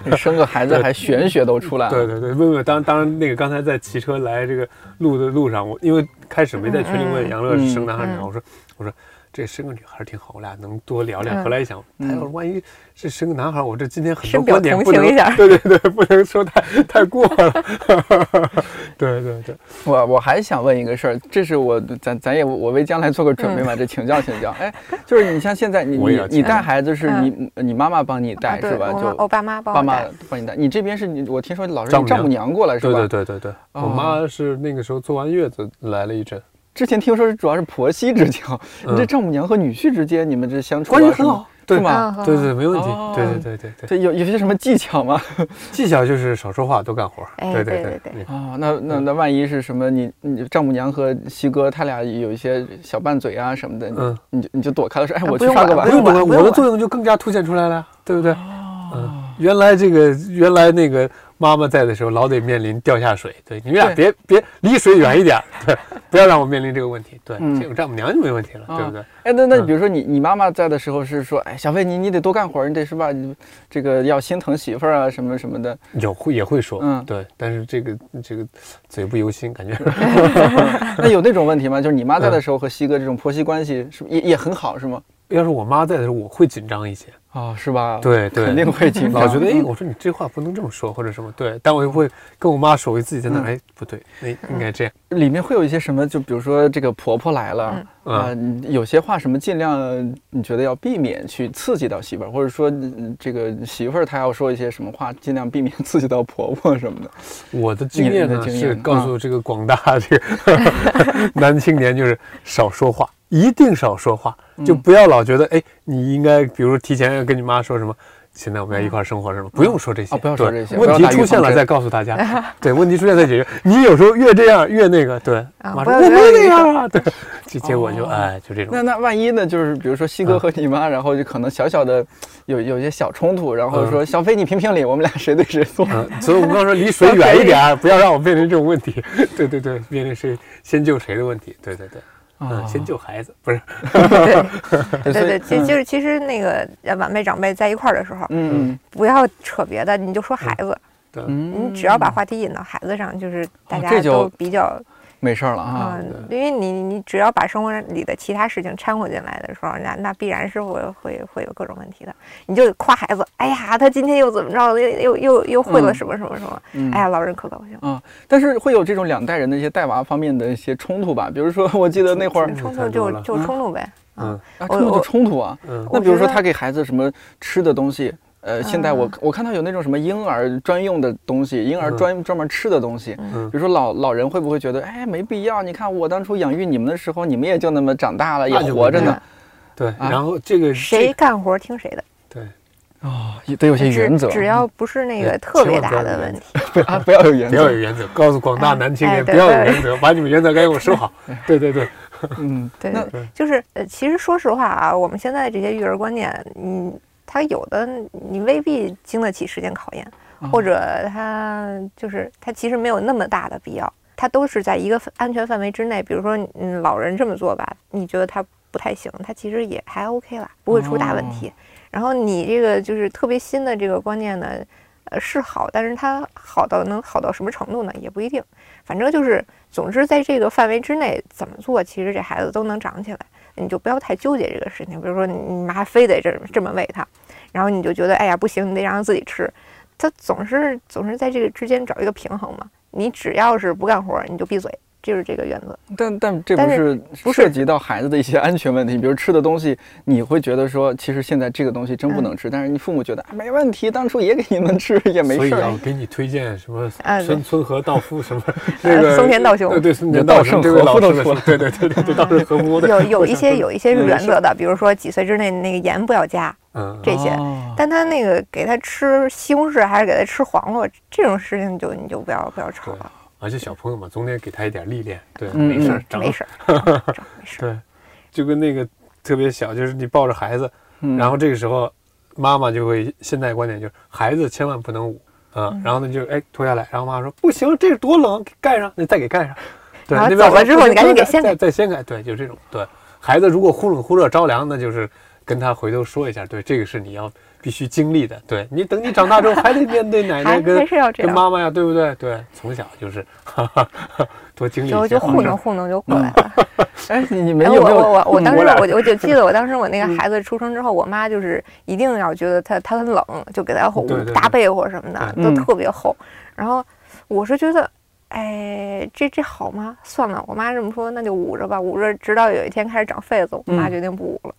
Speaker 2: 你生个孩子还玄学都出来了。
Speaker 3: 对对对，问问当当然那个刚才在骑车来这个路的路上，我因为开始没在群里问杨乐是生男孩儿女孩儿，
Speaker 4: 嗯嗯
Speaker 3: 我说我说这生个女孩儿挺好，我俩能多聊聊。
Speaker 4: 嗯
Speaker 3: 后来一想，他
Speaker 2: 嗯
Speaker 3: 要是万一是生个男孩儿，我这今天很多
Speaker 4: 深表
Speaker 3: 观点
Speaker 4: 同
Speaker 3: 不
Speaker 4: 情
Speaker 3: 能
Speaker 4: 一下，
Speaker 3: 对对对，不能说太太过了。 对对对，
Speaker 2: 我我还想问一个事儿，这是我咱咱也我为将来做个准
Speaker 4: 嗯
Speaker 2: 备嘛，这请教请教。哎，就是你像现在你
Speaker 3: 我也
Speaker 2: 你
Speaker 3: 要
Speaker 2: 你
Speaker 3: 请
Speaker 2: 带孩子是
Speaker 4: 嗯啊
Speaker 2: 你你妈妈帮你带
Speaker 4: 对
Speaker 2: 是吧？
Speaker 4: 我妈
Speaker 2: 就
Speaker 4: 我爸妈帮
Speaker 2: 爸
Speaker 4: 我
Speaker 2: 妈
Speaker 4: 带，
Speaker 2: 帮你带，你这边是你我听说老是
Speaker 3: 丈
Speaker 2: 你
Speaker 3: 母
Speaker 2: 丈母娘过来是
Speaker 3: 对
Speaker 2: 吧？
Speaker 3: 对对对对，我妈是那个时候坐完月子来了一阵，
Speaker 2: 之前听说是主要是婆媳之交，
Speaker 3: 嗯
Speaker 2: 你这丈母娘和女婿之间你们这相处
Speaker 3: 关系
Speaker 2: 啊什
Speaker 3: 很
Speaker 2: 么
Speaker 3: 好，对
Speaker 2: 是吗
Speaker 4: 嗯
Speaker 3: 对对，没问题
Speaker 2: 哦。
Speaker 3: 对对对对对，
Speaker 2: 对，有有些什么技巧 吗？
Speaker 3: 技巧就是少说话，多干活儿。
Speaker 4: 哎
Speaker 3: 对
Speaker 4: 对
Speaker 3: 对
Speaker 4: 对对
Speaker 2: 啊、那那那万一是什么你你丈母娘和西哥他俩有一些小拌嘴啊什么的，你、
Speaker 3: 嗯
Speaker 2: 你就你就躲开了说，哎，
Speaker 4: 啊
Speaker 2: 我
Speaker 4: 不
Speaker 2: 去
Speaker 4: 用
Speaker 2: 刷个
Speaker 4: 管
Speaker 2: 碗
Speaker 3: 不。用管，
Speaker 4: 不用
Speaker 3: 我的
Speaker 4: 管
Speaker 3: 作用就更加凸显出来了呀，对不对？
Speaker 2: 哦
Speaker 3: 嗯，原来这个原来那个妈妈在的时候，老得面临掉下水，对你们俩别别离水远 一点儿，对，不要让我面临这个问题，对，
Speaker 2: 嗯
Speaker 3: 这种丈母娘就没问题了，
Speaker 2: 啊
Speaker 3: 对不对？
Speaker 2: 哎，那那你
Speaker 3: 嗯
Speaker 2: 比如说你你妈妈在的时候是说，哎，小飞你你得多干活儿，你得是吧？你这个要心疼媳妇儿啊，什么什么的。
Speaker 3: 有会也会说，
Speaker 2: 嗯
Speaker 3: 对，但是这个这个嘴不由心，感觉
Speaker 2: 那有那种问题吗？就是你妈
Speaker 3: 嗯
Speaker 2: 在的时候和西哥这种婆媳关系是不是也也很好是吗？
Speaker 3: 要是我妈在的时候，我会紧张一些，
Speaker 2: 啊、是吧？
Speaker 3: 对 对
Speaker 2: 肯定会紧张。
Speaker 3: 老觉得哎，
Speaker 2: 嗯
Speaker 3: 我说你这话不能这么说或者什么，对，但我又会跟我妈说，我自己在那儿，
Speaker 2: 嗯
Speaker 3: 哎，不对，那应该这样，
Speaker 2: 里面会有一些什么，就比如说这个婆婆来了
Speaker 3: 嗯
Speaker 2: 啊、你有些话什么尽量你觉得要避免去刺激到媳妇儿，或者说嗯这个媳妇儿她要说一些什么话，尽量避免刺激到婆婆什么的。
Speaker 3: 我的经验
Speaker 2: 你
Speaker 3: 呢
Speaker 2: 的经验
Speaker 3: 是
Speaker 2: 呢
Speaker 3: 告诉这个广大 这个 男青年，就是少说话，一定少说话，
Speaker 2: 嗯
Speaker 3: 就不要老觉得哎，你应该比如提前跟你妈说什么。现在我们要一块儿生活什么？不用说这些，
Speaker 2: 啊不要说
Speaker 3: 对
Speaker 2: 这些
Speaker 3: 问
Speaker 2: 不
Speaker 3: 题
Speaker 2: 要打预
Speaker 3: 出现
Speaker 2: 防
Speaker 3: 了
Speaker 2: 针
Speaker 3: 再告诉 大家，对，问题出现再解决。你有时候越这样越那个，对，
Speaker 4: 啊
Speaker 3: 妈
Speaker 4: 不
Speaker 3: 说
Speaker 4: 要
Speaker 3: 我没
Speaker 4: 不要
Speaker 3: 那
Speaker 4: 预
Speaker 3: 样啊，对，结结果就哎就这种
Speaker 2: 哦那。那万一呢？就是比如说西哥和你妈，然后就可能小小的有有一些小冲突，然后说小飞你评评理，我们俩谁对谁错？
Speaker 3: 嗯，所以我们刚说离水远一点儿，不要让我面临这种问题。对对对，面临谁先救谁的问题。对对对，
Speaker 2: 哦
Speaker 3: 嗯，先救孩子不是
Speaker 2: 对
Speaker 4: 对对，其
Speaker 2: 嗯
Speaker 4: 就是其实那个呃晚辈长辈在一块儿的时候，
Speaker 2: 嗯
Speaker 4: 不要扯别的，你就说孩子，
Speaker 3: 对，
Speaker 2: 嗯，
Speaker 4: 你只要把话题引到孩子上，就是大
Speaker 2: 哦
Speaker 4: 家
Speaker 2: 这就
Speaker 4: 都比较
Speaker 2: 没事儿了啊。
Speaker 4: 嗯，因为你你只要把生活里的其他事情掺和进来的时候，那那必然是会会会有各种问题的。你就夸孩子，哎呀，他今天又怎么着了，又又又又会了
Speaker 2: 嗯
Speaker 4: 什么什么什么，
Speaker 2: 嗯
Speaker 4: 哎呀，老人可高兴了。
Speaker 2: 但是会有这种两代人的一些带娃方面的一些冲突吧？比如说，我记得那会儿
Speaker 4: 冲
Speaker 3: 太多
Speaker 4: 突就
Speaker 3: 了
Speaker 4: 就
Speaker 2: 嗯
Speaker 4: 冲突呗，
Speaker 3: 嗯
Speaker 2: 啊，
Speaker 4: 我
Speaker 2: 冲突就
Speaker 4: 我
Speaker 2: 冲突啊。
Speaker 3: 嗯，
Speaker 2: 那
Speaker 4: 我
Speaker 2: 比如
Speaker 4: 觉
Speaker 2: 说
Speaker 4: 得
Speaker 2: 他给孩子什么吃的东西，呃，现在我
Speaker 4: 嗯
Speaker 2: 我看到有那种什么婴儿专用的东西，婴儿
Speaker 3: 嗯
Speaker 2: 专专门吃的东西。
Speaker 3: 嗯
Speaker 2: 比如说老老人会不会觉得，哎，没必要？你看我当初养育你们的时候，你们也就那么长大了，也
Speaker 3: 那就
Speaker 2: 活着
Speaker 3: 真的
Speaker 2: 呢
Speaker 4: 嗯。
Speaker 3: 对。
Speaker 2: 啊
Speaker 3: 然后这个
Speaker 4: 谁嗯干活听谁的，
Speaker 3: 对
Speaker 2: 哦，也得有些
Speaker 4: 只
Speaker 2: 原则，
Speaker 4: 只要不是那
Speaker 3: 对
Speaker 4: 个特别
Speaker 3: 千万不
Speaker 4: 大
Speaker 3: 要
Speaker 4: 的
Speaker 3: 有
Speaker 4: 问
Speaker 3: 原
Speaker 4: 题，
Speaker 2: 不要不要有原
Speaker 3: 不要有
Speaker 2: 则。
Speaker 3: 原则，告诉广大男青
Speaker 4: 哎
Speaker 3: 年不
Speaker 4: 对
Speaker 3: 要有
Speaker 4: 对
Speaker 3: 原则，把你们原则该给我收好。对对对，
Speaker 2: 嗯，
Speaker 4: 对
Speaker 2: 那
Speaker 4: 对对，就是呃，其实说实话啊，我们现在这些育儿观念，嗯，它有的你未必经得起时间考验，或者它就是它其实没有那么大的必要，它都是在一个安全范围之内。比如说，嗯，老人这么做吧，你觉得他不太行，他其实也还 OK 啦，不会出大问题。然后你这个就是特别新的这个观念呢，呃，是好，但是它好到能好到什么程度呢？也不一定。反正就是，总之在这个范围之内怎么做，其实这孩子都能长起来。你就不要太纠结这个事情。比如说你你妈非得这么这么喂他，然后你就觉得哎呀不行，你得让他自己吃。他总是总是在这个之间找一个平衡嘛。你只要是不干活，你就闭嘴，这是这个原则。
Speaker 2: 但但这不
Speaker 4: 但
Speaker 2: 是
Speaker 4: 不
Speaker 2: 涉
Speaker 4: 是
Speaker 2: 及到孩子的一些安全问题，比如吃的东西，你会觉得说，其实现在这个东西真
Speaker 4: 嗯
Speaker 2: 不能吃，但是你父母觉得、啊没问题，当初也给你们吃也没
Speaker 3: 所以
Speaker 2: 事儿
Speaker 3: 要。给你推荐什么
Speaker 4: 哎啊对呃
Speaker 3: 村村河道夫 什么这个
Speaker 4: 松田道雄
Speaker 3: 呃对松田道雄这位老师的书，对对对对对，稻盛和 夫 的，
Speaker 4: 有有一些有一些是原则的，比如说几岁之内那个盐不要加
Speaker 3: 嗯，
Speaker 4: 这些。
Speaker 2: 哦
Speaker 4: 但他那个给他吃西红柿还是给他吃黄瓜这种事情就，你就不要不要吵
Speaker 3: 对
Speaker 4: 了，
Speaker 3: 而且小朋友嘛，总得给他一点历练，对，
Speaker 2: 嗯
Speaker 3: 没事儿
Speaker 2: 嗯，
Speaker 3: 长
Speaker 4: 没事儿，长长没事儿。
Speaker 3: 对，就跟那个特别小，就是你抱着孩子，
Speaker 2: 嗯
Speaker 3: 然后这个时候妈妈就会现在观点就是孩子千万不能捂啊，
Speaker 4: 嗯
Speaker 3: 然后呢就哎脱下来，然后妈妈说不行，这多冷，给盖上，那再给盖 上。对，
Speaker 4: 然后
Speaker 3: 那边
Speaker 4: 啊走了
Speaker 3: 说
Speaker 4: 之
Speaker 3: 不
Speaker 4: 后
Speaker 3: 行
Speaker 4: 你赶紧
Speaker 3: 再
Speaker 4: 给掀
Speaker 3: 再
Speaker 4: 开
Speaker 3: 再掀开，对，就这种。对孩子如果忽冷忽热着凉，那就是跟他回头说一下，对，这个是你要必须经历的。对你等你长大之后还得面对奶奶
Speaker 4: 还
Speaker 3: 跟
Speaker 4: 还是要这
Speaker 3: 跟
Speaker 4: 样
Speaker 3: 妈妈呀，对不对？对，从小就是 哈哈哈多经历一啊
Speaker 4: 之
Speaker 3: 些
Speaker 4: 后
Speaker 3: 好事
Speaker 4: 就
Speaker 3: 儿。
Speaker 4: 糊弄糊弄就过来了。
Speaker 2: 哎，你你们
Speaker 4: 哎
Speaker 2: 有没有？嗯
Speaker 4: 我我我我当时
Speaker 3: 我俩
Speaker 4: 我就我就记得我当时我那个孩子出生之后，我妈就是一定要觉得他他很冷，就给他
Speaker 3: 对对对
Speaker 4: 大被或什么的
Speaker 2: 对
Speaker 4: 都
Speaker 2: 嗯
Speaker 4: 特别厚。然后我是觉得，哎，这这好吗？算了，我妈这么说，那就捂着吧，捂着，直到有一天开始长痱子，我妈
Speaker 2: 嗯
Speaker 4: 决定不捂了。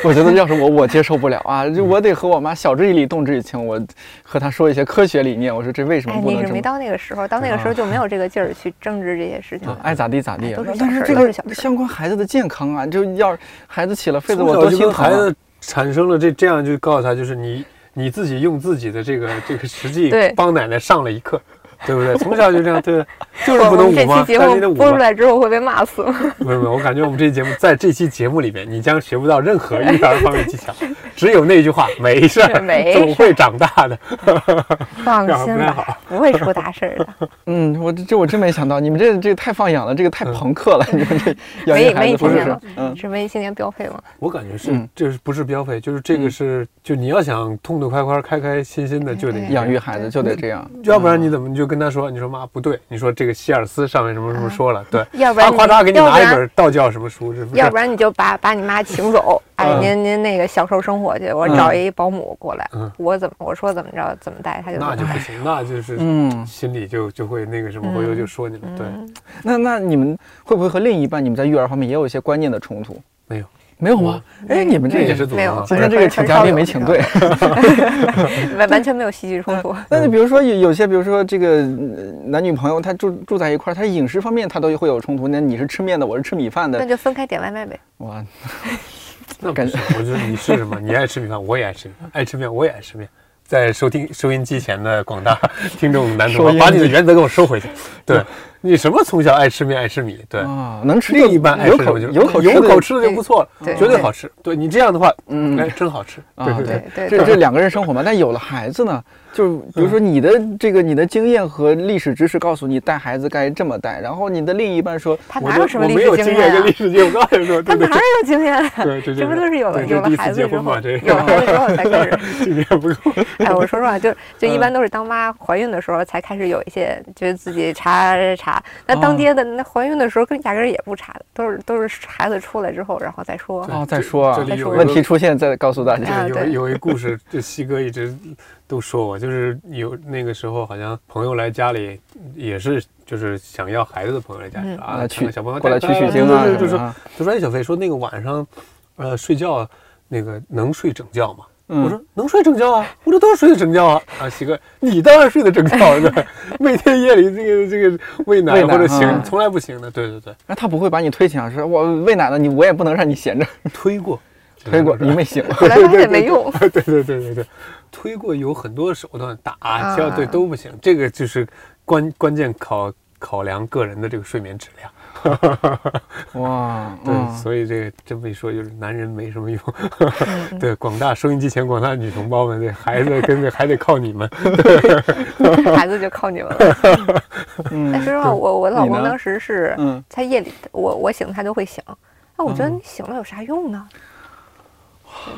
Speaker 2: 我觉得要是我，我接受不了啊！就我得和我妈晓之以理，动之以情，我和她说一些科学理念。我说这为什
Speaker 4: 哎
Speaker 2: 么，不
Speaker 4: 你
Speaker 2: 能
Speaker 4: 是
Speaker 2: 这
Speaker 4: 没
Speaker 2: 么？
Speaker 4: 到那个时候，到那个时候就没有这个劲儿去争执这些事情
Speaker 2: 啊
Speaker 4: 了。
Speaker 2: 爱咋地咋地
Speaker 4: 哎都是，小
Speaker 2: 但是
Speaker 4: 事儿
Speaker 2: 这
Speaker 4: 都
Speaker 2: 个
Speaker 4: 是小事儿
Speaker 2: 相关孩子的健康啊，就要是孩子起了痱子，
Speaker 3: 从
Speaker 2: 我
Speaker 3: 小
Speaker 2: 多
Speaker 3: 就
Speaker 2: 心
Speaker 3: 跟
Speaker 2: 疼
Speaker 3: 孩
Speaker 2: 啊！
Speaker 3: 子产生了这这样就告诉他，就是你你自己用自己的这个这个实际
Speaker 4: 对
Speaker 3: 帮奶奶上了一课，对不对？从小就这样， 对，就是
Speaker 4: 我
Speaker 3: 不
Speaker 4: 我
Speaker 3: 能
Speaker 4: 们
Speaker 3: 捂
Speaker 4: 这期
Speaker 3: 嘛，
Speaker 4: 节
Speaker 3: 但是你得
Speaker 4: 目
Speaker 3: 捂
Speaker 4: 播出
Speaker 3: 嘛。
Speaker 4: 来之后会被骂死吗？
Speaker 3: 没有没有，我感觉我们这期节目在这期节目里面，你将学不到任何育儿方面技 巧，只有那句话，没事儿，
Speaker 4: 没事儿
Speaker 3: 总会长大的。
Speaker 4: 放
Speaker 3: 这样
Speaker 4: 心
Speaker 3: 不太
Speaker 4: 吧
Speaker 3: 好，
Speaker 4: 不会出大事儿的。
Speaker 2: 嗯，我这这我真没想到，你们这这太放养了，这个太朋克 了，你们这养育
Speaker 4: 文艺
Speaker 2: 孩
Speaker 4: 文
Speaker 2: 子
Speaker 4: 艺
Speaker 2: 不
Speaker 4: 青
Speaker 2: 是
Speaker 4: 年
Speaker 2: 是
Speaker 4: 吗？
Speaker 2: 嗯
Speaker 4: 是文艺青年标配吗？
Speaker 3: 我感觉是
Speaker 2: 嗯，
Speaker 3: 这是不是标配？就是这个
Speaker 2: 嗯
Speaker 3: 是，就你要想痛痛快快、开开心心的，就得
Speaker 4: 哎呀
Speaker 2: 养育孩子就得这样，
Speaker 3: 要不然你怎么你就跟他说，你说妈不对，你说这个希尔斯上面什么什么说了，对，
Speaker 4: 嗯要不
Speaker 3: 啪
Speaker 4: 然
Speaker 3: 夸嚓给你
Speaker 4: 要不
Speaker 3: 拿一
Speaker 4: 然
Speaker 3: 本道教什么书，是不是？
Speaker 4: 要不然你就把把你妈请走，哎，
Speaker 3: 嗯
Speaker 4: 您您那个享受生活去，我
Speaker 2: 嗯
Speaker 4: 找一保姆过来
Speaker 3: 嗯，
Speaker 4: 我怎么我说怎么着怎么带他就
Speaker 3: 那就
Speaker 4: 怎么
Speaker 3: 不
Speaker 4: 带。
Speaker 3: 行，那就是
Speaker 2: 嗯，
Speaker 3: 心里就就会那个什么，回头就说你了。对，
Speaker 4: 嗯，
Speaker 2: 那那你们会不会和另一半，你们在育儿方面也有一些观念的冲突？
Speaker 3: 没有，
Speaker 2: 没有吗？哎，你们这
Speaker 3: 这也
Speaker 2: 也
Speaker 3: 是
Speaker 2: 是
Speaker 3: 组
Speaker 4: 没
Speaker 3: 合
Speaker 4: 有
Speaker 3: 嘛。
Speaker 2: 今天这个请嘉宾没请对。
Speaker 4: 完完全没有戏剧冲突。
Speaker 2: 那
Speaker 3: 嗯
Speaker 2: 就比如说有有些，比如说这个嗯男女朋友他住住在一块儿，他饮食方面他都会有冲突。那你是吃面的，我是吃米饭
Speaker 4: 那
Speaker 2: 的，
Speaker 4: 就分开点外卖呗。
Speaker 2: 哇，
Speaker 3: 那不是，我觉得你是什么？你爱吃米饭，我也爱吃米饭；爱吃面，我也爱吃面。在收听收音机前的广大听众男 同
Speaker 2: 收音
Speaker 3: 胞，把你的
Speaker 2: 机嗯
Speaker 3: 原则给我收回去。对你什么从小爱吃面爱吃米，对，
Speaker 2: 啊，能吃就
Speaker 3: 另一半爱
Speaker 2: 有
Speaker 3: 吃什
Speaker 2: 口
Speaker 3: 么就
Speaker 2: 有口
Speaker 3: 有口
Speaker 2: 吃
Speaker 3: 吃的就不错了，
Speaker 4: 对
Speaker 3: 绝对好吃。对你这样的话，
Speaker 2: 嗯
Speaker 3: 哎，真好吃。哎
Speaker 2: 的啊，
Speaker 3: 对
Speaker 2: 对
Speaker 4: 对
Speaker 2: 这
Speaker 4: 对
Speaker 2: 这两个人生活嘛。但有了孩子呢，就是比
Speaker 3: 嗯
Speaker 2: 如说你的这个你的经验和历史知识告诉你带孩子该这么带，然后你的另一半说
Speaker 4: 他
Speaker 3: 我
Speaker 4: 哪
Speaker 3: 就
Speaker 4: 有什么
Speaker 3: 我
Speaker 4: 历
Speaker 3: 没有
Speaker 4: 史
Speaker 3: 经
Speaker 4: 经
Speaker 3: 验
Speaker 4: 验
Speaker 3: 跟
Speaker 4: 啊
Speaker 3: 历？史经验，我告诉你说，
Speaker 4: 他
Speaker 3: 对对
Speaker 4: 哪
Speaker 3: 对。
Speaker 4: 有经验？
Speaker 3: 对对对
Speaker 4: 这不都是有了
Speaker 3: 对这
Speaker 4: 有了
Speaker 3: 第一次
Speaker 4: 孩子
Speaker 3: 结
Speaker 4: 之
Speaker 3: 婚
Speaker 4: 后
Speaker 3: 嘛， 这
Speaker 4: 有了孩子之后才开始
Speaker 3: 经验不够。
Speaker 4: 哎，我说实话，就就一般都是当妈怀孕的时候才开始有一些，觉得自己查查查。那当
Speaker 1: 哦
Speaker 4: 爹的那怀孕的时候，跟压根儿也不查的，都是都是孩子出来之后，然后再说。
Speaker 3: 对
Speaker 2: 啊，再说
Speaker 3: 这
Speaker 2: 啊，
Speaker 3: 里有一个
Speaker 2: 问题出现再告诉大家。
Speaker 4: 啊
Speaker 3: 对，有
Speaker 4: 对
Speaker 3: 有一故事，这西哥一直都说我，就是有那个时候好像朋友来家里，也是就是想要孩子的朋友来家里、
Speaker 4: 嗯
Speaker 2: 来
Speaker 3: 啊，看看
Speaker 2: 取
Speaker 3: 小朋友
Speaker 2: 过来取
Speaker 3: 带孩
Speaker 2: 取
Speaker 3: 子
Speaker 2: 经啊什
Speaker 3: 对对对就
Speaker 2: 么
Speaker 3: 说
Speaker 2: 的啊，
Speaker 3: 他说：“哎，小飞说那个晚上，呃，睡觉那个能睡整觉吗？”我
Speaker 2: 嗯，
Speaker 3: 说：“能睡整觉啊，我这都睡得整觉啊。”啊，西哥，你当然睡得整觉了，是吧 每天夜里这个这个喂奶
Speaker 2: 喂奶
Speaker 3: 或者醒，
Speaker 2: 啊
Speaker 3: 从来不醒的。对对对，
Speaker 2: 那他不会把你推墙，说我喂奶了你，我也不能让你闲着，
Speaker 3: 推过，
Speaker 2: 推过
Speaker 3: 就是
Speaker 2: 你没醒。
Speaker 4: 后来发现没用，
Speaker 3: 对对对对对，推过有很多手段打，敲对都不行，这个就是关关键考考量个人的这个睡眠质量。
Speaker 2: 哇，
Speaker 3: 对，
Speaker 2: 嗯
Speaker 3: 所以这个这么一说，就是男人没什么用。 对，广大收音机前广大女同胞们，这孩子跟这还得靠你们。
Speaker 4: 孩子就靠你们 了。但
Speaker 2: 嗯
Speaker 4: 说实话，我我老
Speaker 2: 你
Speaker 4: 公
Speaker 2: 呢
Speaker 4: 当时是
Speaker 2: 嗯
Speaker 4: 在夜里，我我醒他就会醒。那我觉
Speaker 3: 嗯
Speaker 4: 得你醒了有啥用呢？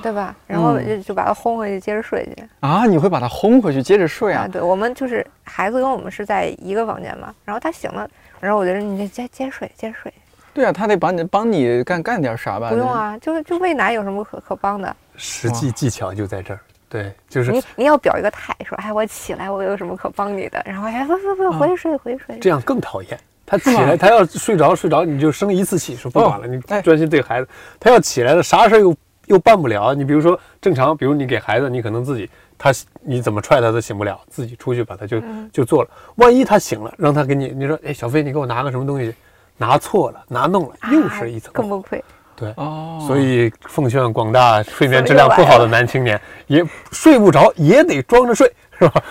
Speaker 4: 对吧？然后
Speaker 2: 嗯
Speaker 4: 就就把他轰回去，接着睡去。
Speaker 2: 啊，你会把它轰回去接着睡
Speaker 4: 啊，
Speaker 2: 啊？
Speaker 4: 对，我们就是孩子跟我们是在一个房间嘛，然后他醒了，然后我就说你这接接着睡，接着睡，
Speaker 2: 对啊，他得把你帮你干干点啥吧？
Speaker 4: 不用，啊，就就喂奶有什么可可帮的？
Speaker 3: 实际技巧就在这儿。对，就是
Speaker 4: 你你要表一个态，说哎我起来，我有什么可帮你的？然后哎不不不，回去睡，回去睡。
Speaker 3: 嗯这样更讨厌。他起
Speaker 4: 嗯
Speaker 3: 来，他要睡着睡着，你就生一次气，说不管了，你
Speaker 2: 哎
Speaker 3: 专心对孩子。他要起来了，啥事儿又又办不了。你比如说正常，比如你给孩子，你可能自己他你怎么踹他都醒不了，自己出去把他就
Speaker 4: 嗯
Speaker 3: 就做了。万一他醒了，让他给你，你说哎小飞，你给我拿个什么东西，拿错了，拿弄了，又是一层
Speaker 4: 啊。更崩溃。
Speaker 3: 对，
Speaker 2: 哦，
Speaker 3: 所以奉劝广大睡眠质量不好的男青年，也睡不着也得装着睡，是吧？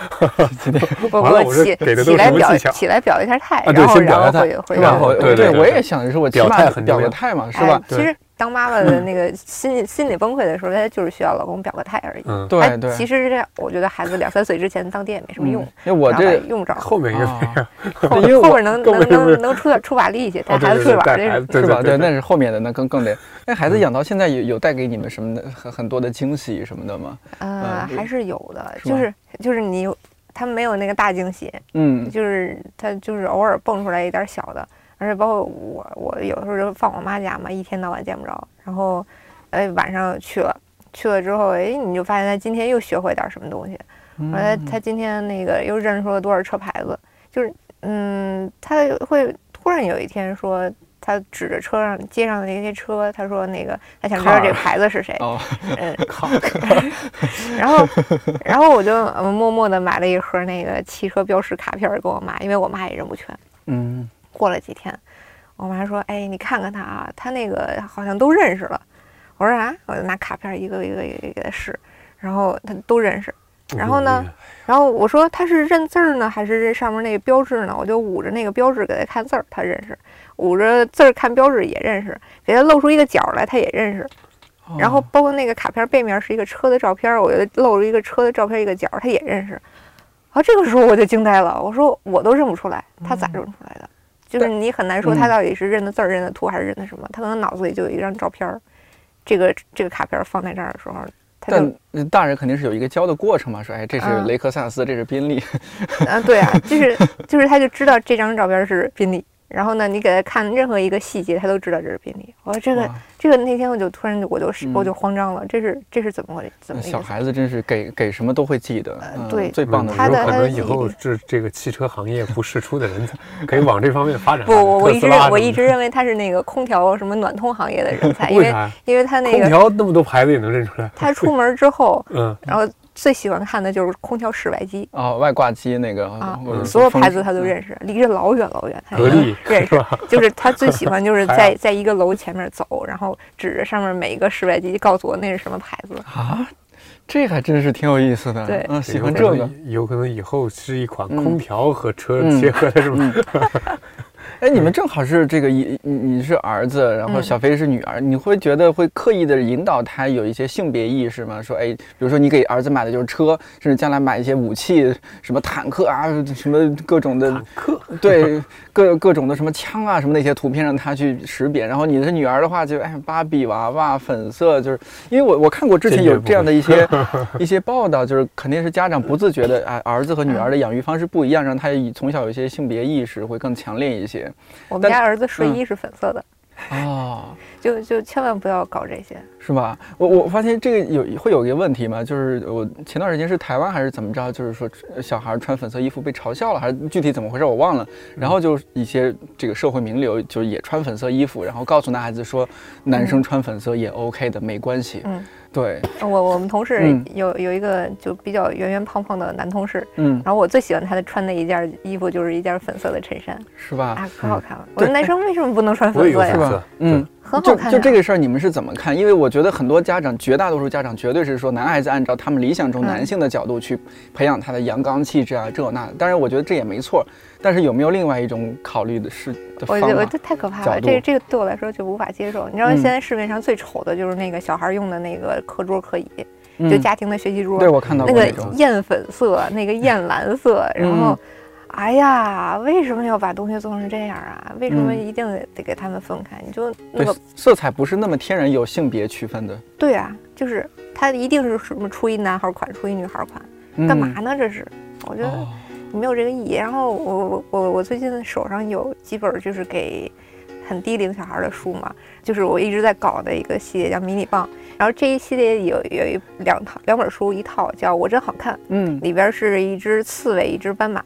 Speaker 4: 我
Speaker 3: 完了，
Speaker 4: 我
Speaker 3: 我这
Speaker 4: 起
Speaker 3: 给的都
Speaker 4: 起
Speaker 3: 是
Speaker 4: 来
Speaker 3: 什么
Speaker 4: 表
Speaker 3: 技巧？
Speaker 4: 起来表一下态，
Speaker 3: 啊对
Speaker 4: 然后
Speaker 3: 先表个
Speaker 4: 然后
Speaker 3: 态
Speaker 4: 会会
Speaker 2: 是吧？
Speaker 3: 对
Speaker 4: 让
Speaker 2: 我
Speaker 3: 对对对
Speaker 2: 我也想着说，我起
Speaker 3: 表态
Speaker 2: 码
Speaker 3: 很
Speaker 2: 表
Speaker 3: 重要
Speaker 2: 个态嘛，是
Speaker 4: 哎
Speaker 2: 吧？
Speaker 4: 其实当妈妈
Speaker 3: 嗯
Speaker 4: 的那个心理心理崩溃的时候，她就是需要老公表个态而已。
Speaker 3: 嗯，
Speaker 2: 对
Speaker 4: 哎
Speaker 2: 对，
Speaker 4: 其实这样，我觉得孩子两三岁之前当爹也没什么
Speaker 2: 嗯
Speaker 4: 用，
Speaker 2: 因为我
Speaker 4: 然后 把
Speaker 2: 这
Speaker 4: 用不着。
Speaker 3: 后面一个
Speaker 2: 啊
Speaker 4: 后
Speaker 2: 因为我
Speaker 4: 后 边能
Speaker 3: 根本
Speaker 4: 能
Speaker 3: 就没有
Speaker 4: 能能出点出把力气，带
Speaker 3: 哦对
Speaker 4: 孩子
Speaker 3: 对
Speaker 4: 出
Speaker 3: 对
Speaker 4: 去玩
Speaker 3: 带
Speaker 4: 这
Speaker 3: 孩
Speaker 4: 是
Speaker 3: 子
Speaker 2: 是
Speaker 3: 对
Speaker 2: 吧？对，
Speaker 3: 对对嗯
Speaker 2: 那
Speaker 3: 对
Speaker 2: 是后面的，那更更得。那孩子养到现在有有带给你们什么的很很多的惊喜什么的吗？
Speaker 4: 呃
Speaker 2: 嗯
Speaker 4: 还是有的，
Speaker 2: 是
Speaker 4: 就
Speaker 2: 吧
Speaker 4: 是就是你有他没有那个大惊喜，
Speaker 2: 嗯，
Speaker 4: 就是他就是偶尔蹦出来一点小的，而且包括我我有时候就放我妈家嘛，一天到晚见不着，然后哎晚上去了。去了之后，哎，你就发现他今天又学会点什么东西，
Speaker 2: 嗯
Speaker 4: 后来他今天那个又认出了多少车牌子，就是嗯，他会突然有一天说，他指着车上街上的那些车，他说那个他想知道这个
Speaker 2: Car
Speaker 4: 牌子是谁，
Speaker 2: 哦，
Speaker 4: 嗯，然后，然后我就呃默默的买了一盒那个汽车标识卡片儿给我妈，因为我妈也认不全。
Speaker 2: 嗯，
Speaker 4: 过了几天，我妈说：“哎，你看看他啊，他那个好像都认识了。”我说：“啊，我就拿卡片一个一个一个一个试，然后他都认识。然后呢，然后我说他是认字儿呢，还是认上面那个标志呢？我就捂着那个标志给他看字儿，他认识；捂着字儿看标志也认识，给他露出一个角儿来，他也认识。
Speaker 2: 哦嗯
Speaker 4: 然后包括那个卡片背面是一个车的照片，我就露了一个车的照片一个角，他也认识。啊，这个时候我就惊呆了，我说我都认不出来，他咋认出来的？就是你很难说他
Speaker 2: 嗯
Speaker 4: 到底是认的字儿、认的图还是认的什么，他可能脑子里就有一张照片儿，这个这个卡片放在这儿的时候，他就
Speaker 2: 但呃大人肯定是有一个教的过程嘛，说哎，这是
Speaker 4: 嗯
Speaker 2: 雷克萨斯，这是宾利，
Speaker 4: 啊，对啊，就是就是，他就知道这张照片是宾利。然后呢，你给他看任何一个细节，他都知道这是宾利。我说这个
Speaker 2: 哇
Speaker 4: 这个那天我就突然就我就是
Speaker 2: 嗯
Speaker 4: 我就慌张了，这是这是怎么回事？怎么一
Speaker 2: 小
Speaker 4: 个？呃
Speaker 2: 孩子真是给给什么都会记得，嗯
Speaker 4: 对
Speaker 2: 最棒的
Speaker 4: 他
Speaker 2: 是
Speaker 3: 有
Speaker 4: 的嗯
Speaker 3: 可
Speaker 4: 他的
Speaker 3: 能
Speaker 4: 记
Speaker 3: 以
Speaker 4: 忆
Speaker 3: 后
Speaker 4: 力
Speaker 3: 这这个汽车行业不世出的人才，可以往这方面发展
Speaker 4: 不，
Speaker 3: 发展。
Speaker 4: 我我
Speaker 3: 特斯
Speaker 4: 一直
Speaker 3: 拉什
Speaker 4: 认
Speaker 3: 么
Speaker 4: 我一
Speaker 3: 的
Speaker 4: 直认为他是那个空调什么暖通行业的 人才，因
Speaker 3: 为
Speaker 4: 为
Speaker 3: 啥呀
Speaker 4: 因为他那
Speaker 3: 空
Speaker 4: 个
Speaker 3: 调那么多牌子也能认出来。
Speaker 4: 他出门之后，
Speaker 3: 嗯，
Speaker 4: 然后最喜欢看的就是空调室外机
Speaker 2: 哦，外挂机那个
Speaker 4: 啊
Speaker 2: 我们，
Speaker 4: 所有
Speaker 2: 风嗯
Speaker 4: 牌子他都认识，离着老远老远他
Speaker 3: 格力
Speaker 4: 认
Speaker 3: 是
Speaker 4: 识
Speaker 3: 吧，
Speaker 4: 就是他最喜欢就 是
Speaker 3: 还
Speaker 4: 在
Speaker 3: 有
Speaker 4: 在一个楼前面走，然后指着上面每一个室外机告诉我那是什么牌子。
Speaker 2: 啊，这还真是挺有意思的，
Speaker 4: 对
Speaker 2: 嗯，喜欢这
Speaker 3: 有
Speaker 2: 个
Speaker 3: 可能，以有可能以后是一款
Speaker 2: 嗯
Speaker 3: 空调和车
Speaker 2: 嗯
Speaker 3: 结合的，是吧？
Speaker 2: 哎，你们正好是这个，你你你是儿子，然后
Speaker 4: 嗯
Speaker 2: 小飞是女儿，你会觉得会刻意的引导他有一些性别意识吗？说，哎，比如说你给儿子买的就是车，甚至将来买一些武器，什么坦克啊，什么各种的
Speaker 3: 坦，克，
Speaker 2: 对，各各种的什么枪啊，什么那些图片让他去识别。然后你的女儿的话就，哎，芭比娃娃粉色，就是因为我我看过之前有这样的一些 一些报道，就是肯定是家长不自觉的，哎，儿子和女儿的养育方式不一样，让他以从小有一些性别意识会更强烈一些。
Speaker 4: 我们
Speaker 2: 但
Speaker 4: 家儿子睡
Speaker 2: 嗯
Speaker 4: 衣是粉色的，
Speaker 2: 哦，
Speaker 4: 就就千万不要搞这些。
Speaker 2: 是吧？我我发现这个有会有一个问题嘛，就是我前段时间是台湾还是怎么着，就是说呃小孩穿粉色衣服被嘲笑了，还是具体怎么回事我忘了。然后就一些这个社会名流就也穿粉色衣服，然后告诉那孩子说，男生穿粉色也 OK 的，没关系。
Speaker 4: 嗯，
Speaker 2: 对，
Speaker 4: 我我们同事
Speaker 2: 嗯
Speaker 4: 有有一个就比较圆圆胖胖的男同事，
Speaker 2: 嗯，
Speaker 4: 然后我最喜欢他的穿的一件衣服就是一件粉色的衬衫，
Speaker 2: 是吧？
Speaker 4: 啊，可好看了。我说男生为什么不能穿
Speaker 3: 我
Speaker 4: 粉
Speaker 3: 也有
Speaker 4: 色
Speaker 3: 粉
Speaker 2: 是
Speaker 4: 呀？
Speaker 2: 吧
Speaker 3: 色，
Speaker 2: 嗯，
Speaker 4: 很好
Speaker 2: 就
Speaker 4: 看、啊
Speaker 2: 就这个事儿，你们是怎么看？因为我觉得很多家长，绝大多数家长绝对是说，男孩子按照他们理想中
Speaker 4: 嗯
Speaker 2: 男性的角度去培养他的阳刚气质啊，这那的。当然，我觉得这也没错。但是有没有另外一种考虑的是的
Speaker 4: 我
Speaker 2: 方
Speaker 4: 觉得
Speaker 2: 法
Speaker 4: 这？太可怕
Speaker 2: 角
Speaker 4: 了，
Speaker 2: 度
Speaker 4: 这这个对我来说就无法接受。你知道
Speaker 2: 嗯
Speaker 4: 现在市面上最丑的就是那个小孩用的那个课桌课椅，
Speaker 2: 嗯
Speaker 4: 就家庭的学习桌，
Speaker 2: 对我看到
Speaker 4: 那
Speaker 2: 过
Speaker 4: 个
Speaker 2: 那种，
Speaker 4: 艳粉色，那个艳蓝色，然后
Speaker 2: 嗯，
Speaker 4: 哎呀，为什么要把东西做成这样啊？为什么
Speaker 2: 嗯
Speaker 4: 一定得得给他们分开？你就那
Speaker 2: 对
Speaker 4: 个，
Speaker 2: 色彩不是那么天然有性别区分的。
Speaker 4: 对啊，就是它一定是什么出一男孩款，出一女孩款，
Speaker 2: 嗯
Speaker 4: 干嘛？呢？这是，我觉得
Speaker 2: 哦，
Speaker 4: 没有这个意义。然后我我我我最近手上有几本就是给很低龄小孩的书嘛，就是我一直在搞的一个系列叫迷你棒。然后这一系列有有一两套两本书，一套叫《我真好看》，
Speaker 2: 嗯
Speaker 4: 里边是一只刺猬，一只斑马。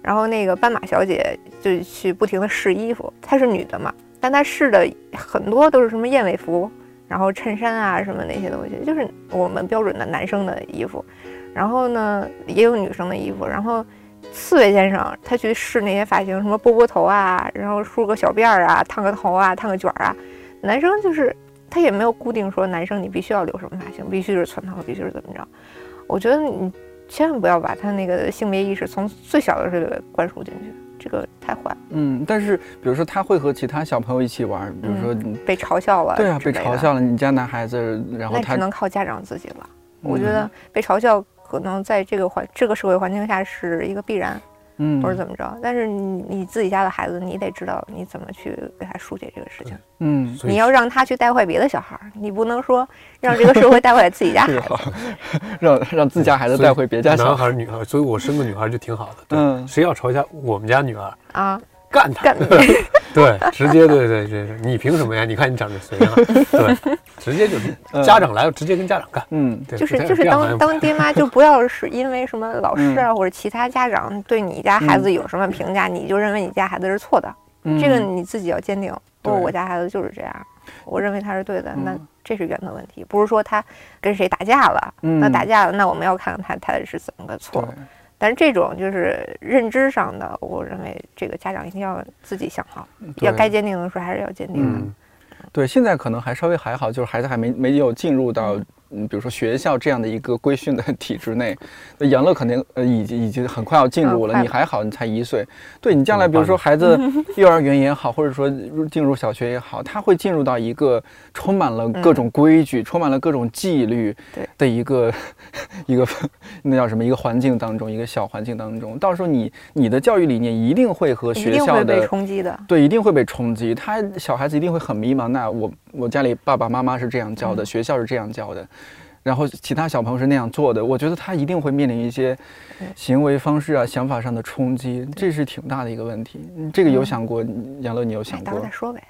Speaker 4: 然后那个斑马小姐就去不停的试衣服，她是女的嘛，但她试的很多都是什么燕尾服，然后衬衫啊什么那些东西，就是我们标准的男生的衣服。然后呢，也有女生的衣服。然后刺猬先生他去试那些发型，什么波波头啊，然后梳个小辫儿啊，烫个头啊，烫个卷儿啊。男生就是他也没有固定说男生你必须要留什么发型，必须是寸头，必须是怎么着。我觉得你千万不要把他那个性别意识从最小的时候就给灌输进去，这个太坏了，
Speaker 2: 嗯，但是比如说他会和其他小朋友一起玩，比如说你，
Speaker 4: 嗯被嘲笑了之
Speaker 2: 对
Speaker 4: 类的。
Speaker 2: 啊，被嘲笑了，你家男孩子，然后
Speaker 4: 那
Speaker 2: 他
Speaker 4: 只能靠家长自己了。我
Speaker 2: 嗯
Speaker 4: 觉得被嘲笑可能在这个环这个社会环境下是一个必然，
Speaker 2: 嗯
Speaker 4: 或者怎么着。但是你你自己家的孩子，你得知道你怎么去给他疏解这个事情。
Speaker 2: 嗯，
Speaker 3: 所以
Speaker 4: 你要让他去带坏别的小孩儿，你不能说让 这个社会带坏自己家孩
Speaker 2: 这
Speaker 4: 子
Speaker 2: 个。好，嗯 让让自家孩子带回别家小
Speaker 3: 男
Speaker 2: 孩。
Speaker 3: 孩儿女孩儿，所以我生个女孩儿就挺好的。对，
Speaker 2: 嗯
Speaker 3: 谁要嘲笑我们家女儿，
Speaker 4: 啊，
Speaker 3: 干 他！
Speaker 4: 干
Speaker 3: 对，直接对对对，对你凭什么呀？你看你长得谁样？ 对，直接就是
Speaker 2: 嗯
Speaker 3: 家长来了，直接跟家长干。
Speaker 2: 嗯，
Speaker 3: 对，
Speaker 4: 就是
Speaker 3: 这样
Speaker 4: 就是
Speaker 3: 这样好
Speaker 4: 当
Speaker 3: 像
Speaker 4: 当爹 妈就不要是因为什么老师
Speaker 2: 嗯
Speaker 4: 啊或者其他家长对你家孩子有什么评价，你就认为你家孩子是错的，
Speaker 2: 嗯
Speaker 4: 这个你自己要坚定。不，
Speaker 2: 对
Speaker 4: 我家孩子就是这样，我认为他是对的，那
Speaker 2: 嗯
Speaker 4: 这是原则问题，不是说他跟谁打架了，那
Speaker 2: 嗯
Speaker 4: 打架了，那我们要看看他他是怎么个错
Speaker 2: 对。。
Speaker 4: 但是这种就是认知上的，我认为这个家长一定要自己想好，
Speaker 2: 对
Speaker 4: 要该坚定的时候还是要坚定的。
Speaker 3: 嗯，
Speaker 2: 对，现在可能还稍微还好，就是孩子还没没有进入到。嗯，比如说学校这样的一个规训的 体制内，那杨乐肯定呃已经已经很快要进
Speaker 4: 嗯
Speaker 2: 入了，
Speaker 4: 快
Speaker 2: 你
Speaker 4: 了
Speaker 2: 还好，你才一岁，对你将来
Speaker 3: 嗯
Speaker 2: 比如
Speaker 3: 半
Speaker 2: 说孩子 幼儿园也好，或者说入进入小学也好，他会进入到一个充满了各
Speaker 4: 嗯
Speaker 2: 种规矩、充满了各种纪律
Speaker 4: 对
Speaker 2: 的一个 一个那叫什么一个环境当中，一个小环境当中，到时候你你的教育理念一定会和
Speaker 4: 一
Speaker 2: 学
Speaker 4: 定
Speaker 2: 校
Speaker 4: 会
Speaker 2: 的
Speaker 4: 被冲击的，
Speaker 2: 对，一定会被冲击。他小孩子一定会很迷茫。那我我家里爸爸妈妈是这样教的，学校是这样教的，然后其他小朋友是那样做的。我觉得他一定会面临一些行为方式啊、想法上的冲击，这是挺大的一个问题。嗯这个有想过，杨乐，你有
Speaker 4: 哎
Speaker 2: 想
Speaker 4: 到时候再
Speaker 2: 过？
Speaker 4: 说呗。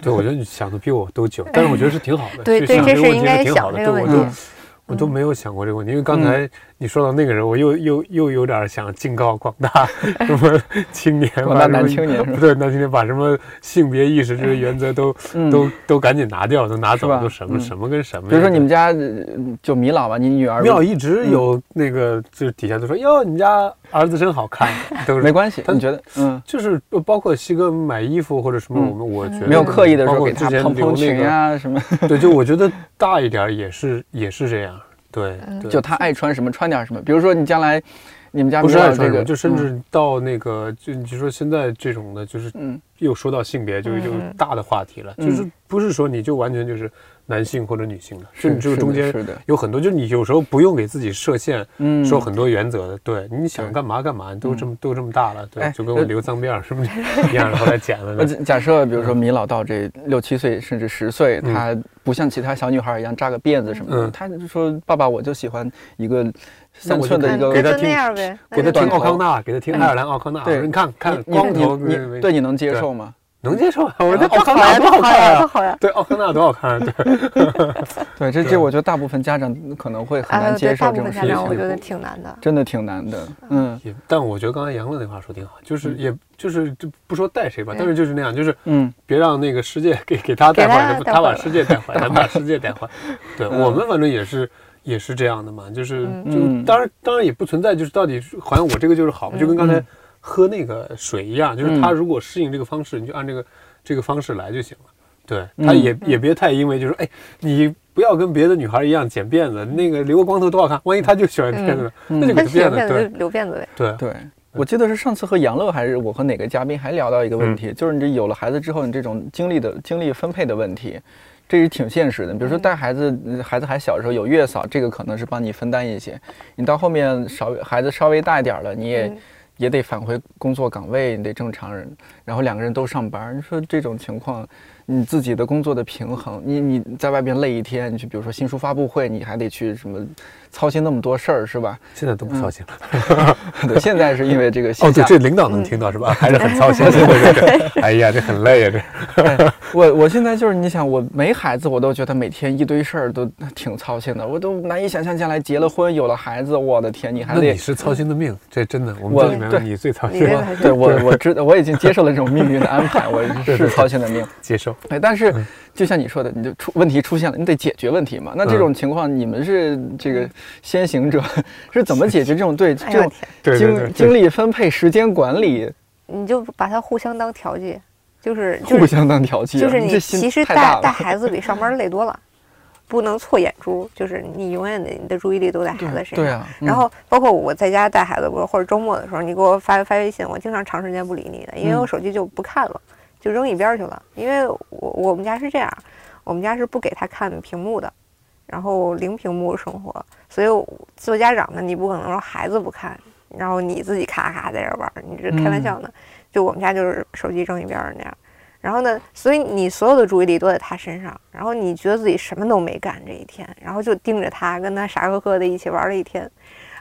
Speaker 3: 对，我觉得你想的比我都久，但是我觉得是挺好 的。
Speaker 4: 对对
Speaker 3: 想
Speaker 4: 这
Speaker 3: 个
Speaker 4: 是
Speaker 3: 问
Speaker 4: 应
Speaker 3: 题
Speaker 4: 该
Speaker 3: 挺好的。对，
Speaker 4: 想这个
Speaker 3: 我
Speaker 4: 问
Speaker 3: 都
Speaker 4: 题
Speaker 3: 我
Speaker 2: 嗯
Speaker 3: 都没有想过这个问题，因为刚才你说到那个人，我又又又有点想警告广大什么青年，
Speaker 2: 广大
Speaker 3: 把什么
Speaker 2: 男青年是吧
Speaker 3: 对男青年把什么性别意识这个原则都
Speaker 2: 嗯
Speaker 3: 都都赶紧拿掉，都拿走
Speaker 2: 是吧，
Speaker 3: 都什么
Speaker 2: 嗯
Speaker 3: 什么跟什么呀。
Speaker 2: 比如说你们家呃就米老吧，你女儿嗯
Speaker 3: 庙一直有那个，就是底下都说哟，你家儿子真 好看，都
Speaker 2: 没
Speaker 3: 是。
Speaker 2: 关系，
Speaker 3: 他
Speaker 2: 你觉得？嗯，
Speaker 3: 就是包括西哥买衣服或者什么，
Speaker 2: 嗯
Speaker 3: 我们我觉得
Speaker 2: 没有刻意的
Speaker 3: 包
Speaker 2: 说
Speaker 3: 括
Speaker 2: 给她
Speaker 3: 之前
Speaker 2: 蓬
Speaker 3: 留
Speaker 2: 蓬
Speaker 3: 那
Speaker 2: 裙
Speaker 3: 个，
Speaker 2: 啊什么，
Speaker 3: 对，就我觉得大一点儿也是也是这样，对，对
Speaker 4: 嗯
Speaker 2: 就她爱穿什么穿点什么。比如说你将来。你们家
Speaker 3: 不
Speaker 2: 米
Speaker 3: 是
Speaker 2: 老
Speaker 3: 爱
Speaker 2: 师这
Speaker 3: 穿什
Speaker 2: 个，
Speaker 3: 么，就甚
Speaker 2: 嗯
Speaker 3: 至到那个，就你说现在这种的，就是
Speaker 2: 嗯
Speaker 3: 又说到性别，就就
Speaker 4: 嗯
Speaker 3: 大的话题了，
Speaker 2: 嗯
Speaker 3: 就是不是说你就完全就是男性或者女性的，
Speaker 2: 是
Speaker 3: 甚至
Speaker 2: 是的
Speaker 3: 中间
Speaker 2: 是的
Speaker 3: 有很多，就是你有时候不用给自己设限，
Speaker 2: 嗯，
Speaker 3: 说很多原则的，对，你想
Speaker 2: 对嗯
Speaker 3: 干嘛干嘛，都这么都这么大了，对
Speaker 2: 哎，
Speaker 3: 就跟我留脏辫儿是不是一样，然后来剪了
Speaker 2: 呃，
Speaker 3: 呢？
Speaker 2: 假假设比如说米老道这六七岁甚至十岁，
Speaker 3: 嗯
Speaker 2: 他不像其他小女孩一样扎个辫子什么的，
Speaker 3: 嗯
Speaker 2: 他就说：“爸爸，我就喜欢一个三寸的
Speaker 3: 那
Speaker 2: 一
Speaker 4: 嗯
Speaker 2: 个
Speaker 3: 给他
Speaker 4: 就
Speaker 3: 听
Speaker 4: 那样呗，
Speaker 3: 给他
Speaker 4: 那就
Speaker 2: 短
Speaker 3: 听奥
Speaker 2: 头
Speaker 3: 康纳，给他听爱尔兰奥康纳，
Speaker 2: 对
Speaker 3: 你看看
Speaker 2: 你
Speaker 3: 光头，
Speaker 2: 你
Speaker 3: 对
Speaker 2: 你对你能接
Speaker 3: 对
Speaker 2: 受吗？
Speaker 3: 能接受啊？我这
Speaker 4: 好
Speaker 3: 奥康纳
Speaker 4: 呀
Speaker 3: 多好
Speaker 4: 好呀
Speaker 3: 看
Speaker 4: 多
Speaker 3: 啊！
Speaker 4: 好呀！
Speaker 3: 对，奥康纳多好看啊！对，
Speaker 2: 对，这
Speaker 3: 对
Speaker 2: 这我觉得大部分家长可能会很
Speaker 4: 啊，
Speaker 2: 难
Speaker 4: 对，
Speaker 2: 接
Speaker 4: 大
Speaker 2: 受这
Speaker 4: 部
Speaker 2: 种
Speaker 4: 分
Speaker 2: 事
Speaker 4: 家长我觉
Speaker 2: 情，
Speaker 4: 得挺难的。
Speaker 2: 真的挺难的。嗯
Speaker 3: 也，但我觉得刚才杨乐那话说挺好，就是也就是就不说带谁吧，但是就是那样，就是
Speaker 2: 嗯，
Speaker 3: 别让那个世界给给他带坏了，他把世界带坏，咱们把世界带 坏。对我们反正也是也是这样的嘛，就是就当然当然也不存在，就是到底好像我这个就是好，就跟刚才喝那个水一样，就是他如果适应这个方式，你就按这个这个方式来就行了。对，他也也别太因为就是哎，你不要跟别的女孩一样剪辫子，那个留个光头多好看，万一他就喜欢辫子，那就给
Speaker 4: 他
Speaker 3: 嗯他
Speaker 4: 喜
Speaker 3: 辫
Speaker 4: 欢
Speaker 3: 子。
Speaker 4: 辫
Speaker 3: 对
Speaker 4: 子就留辫子呗。
Speaker 3: 对，
Speaker 2: 对。我记得是上次和杨乐还是我和哪个嘉宾还聊到一个
Speaker 3: 嗯
Speaker 2: 问题，就是你这有了孩子之后，你这种精力的精力分配的问题，这是挺现实的。比如说带孩子，呃孩子还小的时候有月嫂，这个可能是帮你分担一些。你到后面稍微孩子稍微大一点了，你也、
Speaker 4: 嗯
Speaker 2: 也得返回工作岗位，你得正常人，然后两个人都上班，你说这种情况，你自己的工作的平衡，你你在外边累一天，你去比如说新书发布会，你还得去什么操心那么多事儿是吧？
Speaker 3: 现在都不操心了。
Speaker 2: 对，现在是因为这个线
Speaker 3: 哦，
Speaker 2: 下
Speaker 3: 对，嗯这领导能听到是吧？还是很操心 的，对对对。哎呀，这很累呀，这。
Speaker 2: 我我现在就是你想，我没孩子，我都觉得每天一堆事儿都挺操心的，我都难以想象将来结了婚有了孩子，我的天，你还
Speaker 3: 那你
Speaker 2: 得。
Speaker 3: 是操心的命，这真的，我们
Speaker 2: 我
Speaker 3: 这里面
Speaker 2: 对
Speaker 3: 你最操
Speaker 4: 你
Speaker 3: 心
Speaker 4: 这
Speaker 3: 的
Speaker 4: 个还
Speaker 2: 啊对
Speaker 4: 是
Speaker 2: 我，我知道，我已经接受了这种命运的安排，我是操心的命。
Speaker 3: 接受。
Speaker 2: 哎，但是
Speaker 3: 嗯
Speaker 2: 就像你说的，你就出问题出现了，你得解决问题嘛。那这
Speaker 3: 嗯
Speaker 2: 种情况，你们是这个先行者， 是怎么解决这种对这
Speaker 4: 哎呦我
Speaker 2: 种
Speaker 4: 天，
Speaker 3: 对对
Speaker 2: 精
Speaker 3: 对
Speaker 2: 精力分配、时间管理
Speaker 4: 你就把它互相当调剂，就是就
Speaker 2: 互
Speaker 4: 是
Speaker 2: 相当调剂啊？
Speaker 4: 就是
Speaker 2: 这
Speaker 4: 你
Speaker 2: 心
Speaker 4: 其实
Speaker 2: 太
Speaker 4: 带
Speaker 2: 大
Speaker 4: 带
Speaker 2: 了。
Speaker 4: 孩子比上班累多了，不能错眼珠，就是你永远的你的注意力都在孩子身
Speaker 2: 对
Speaker 4: 上。
Speaker 2: 啊，
Speaker 4: 然后包括我在家带孩子，我或者周末的时候，你给我发发微信，我经常长时间不理你的，因为
Speaker 2: 嗯
Speaker 4: 我手机就不看了，就扔一边儿去了。因为我我们家是这样，我们家是不给他看屏幕的，然后零屏幕生活，所以我做家长呢，你不可能说孩子不看，然后你自己咔咔在这玩儿，你这开玩笑呢。就我们家就是手机扔一边儿那样。然后呢，所以你所有的注意力都在他身上，然后你觉得自己什么都没干这一天，然后就盯着他，跟他傻呵呵的一起玩了一天，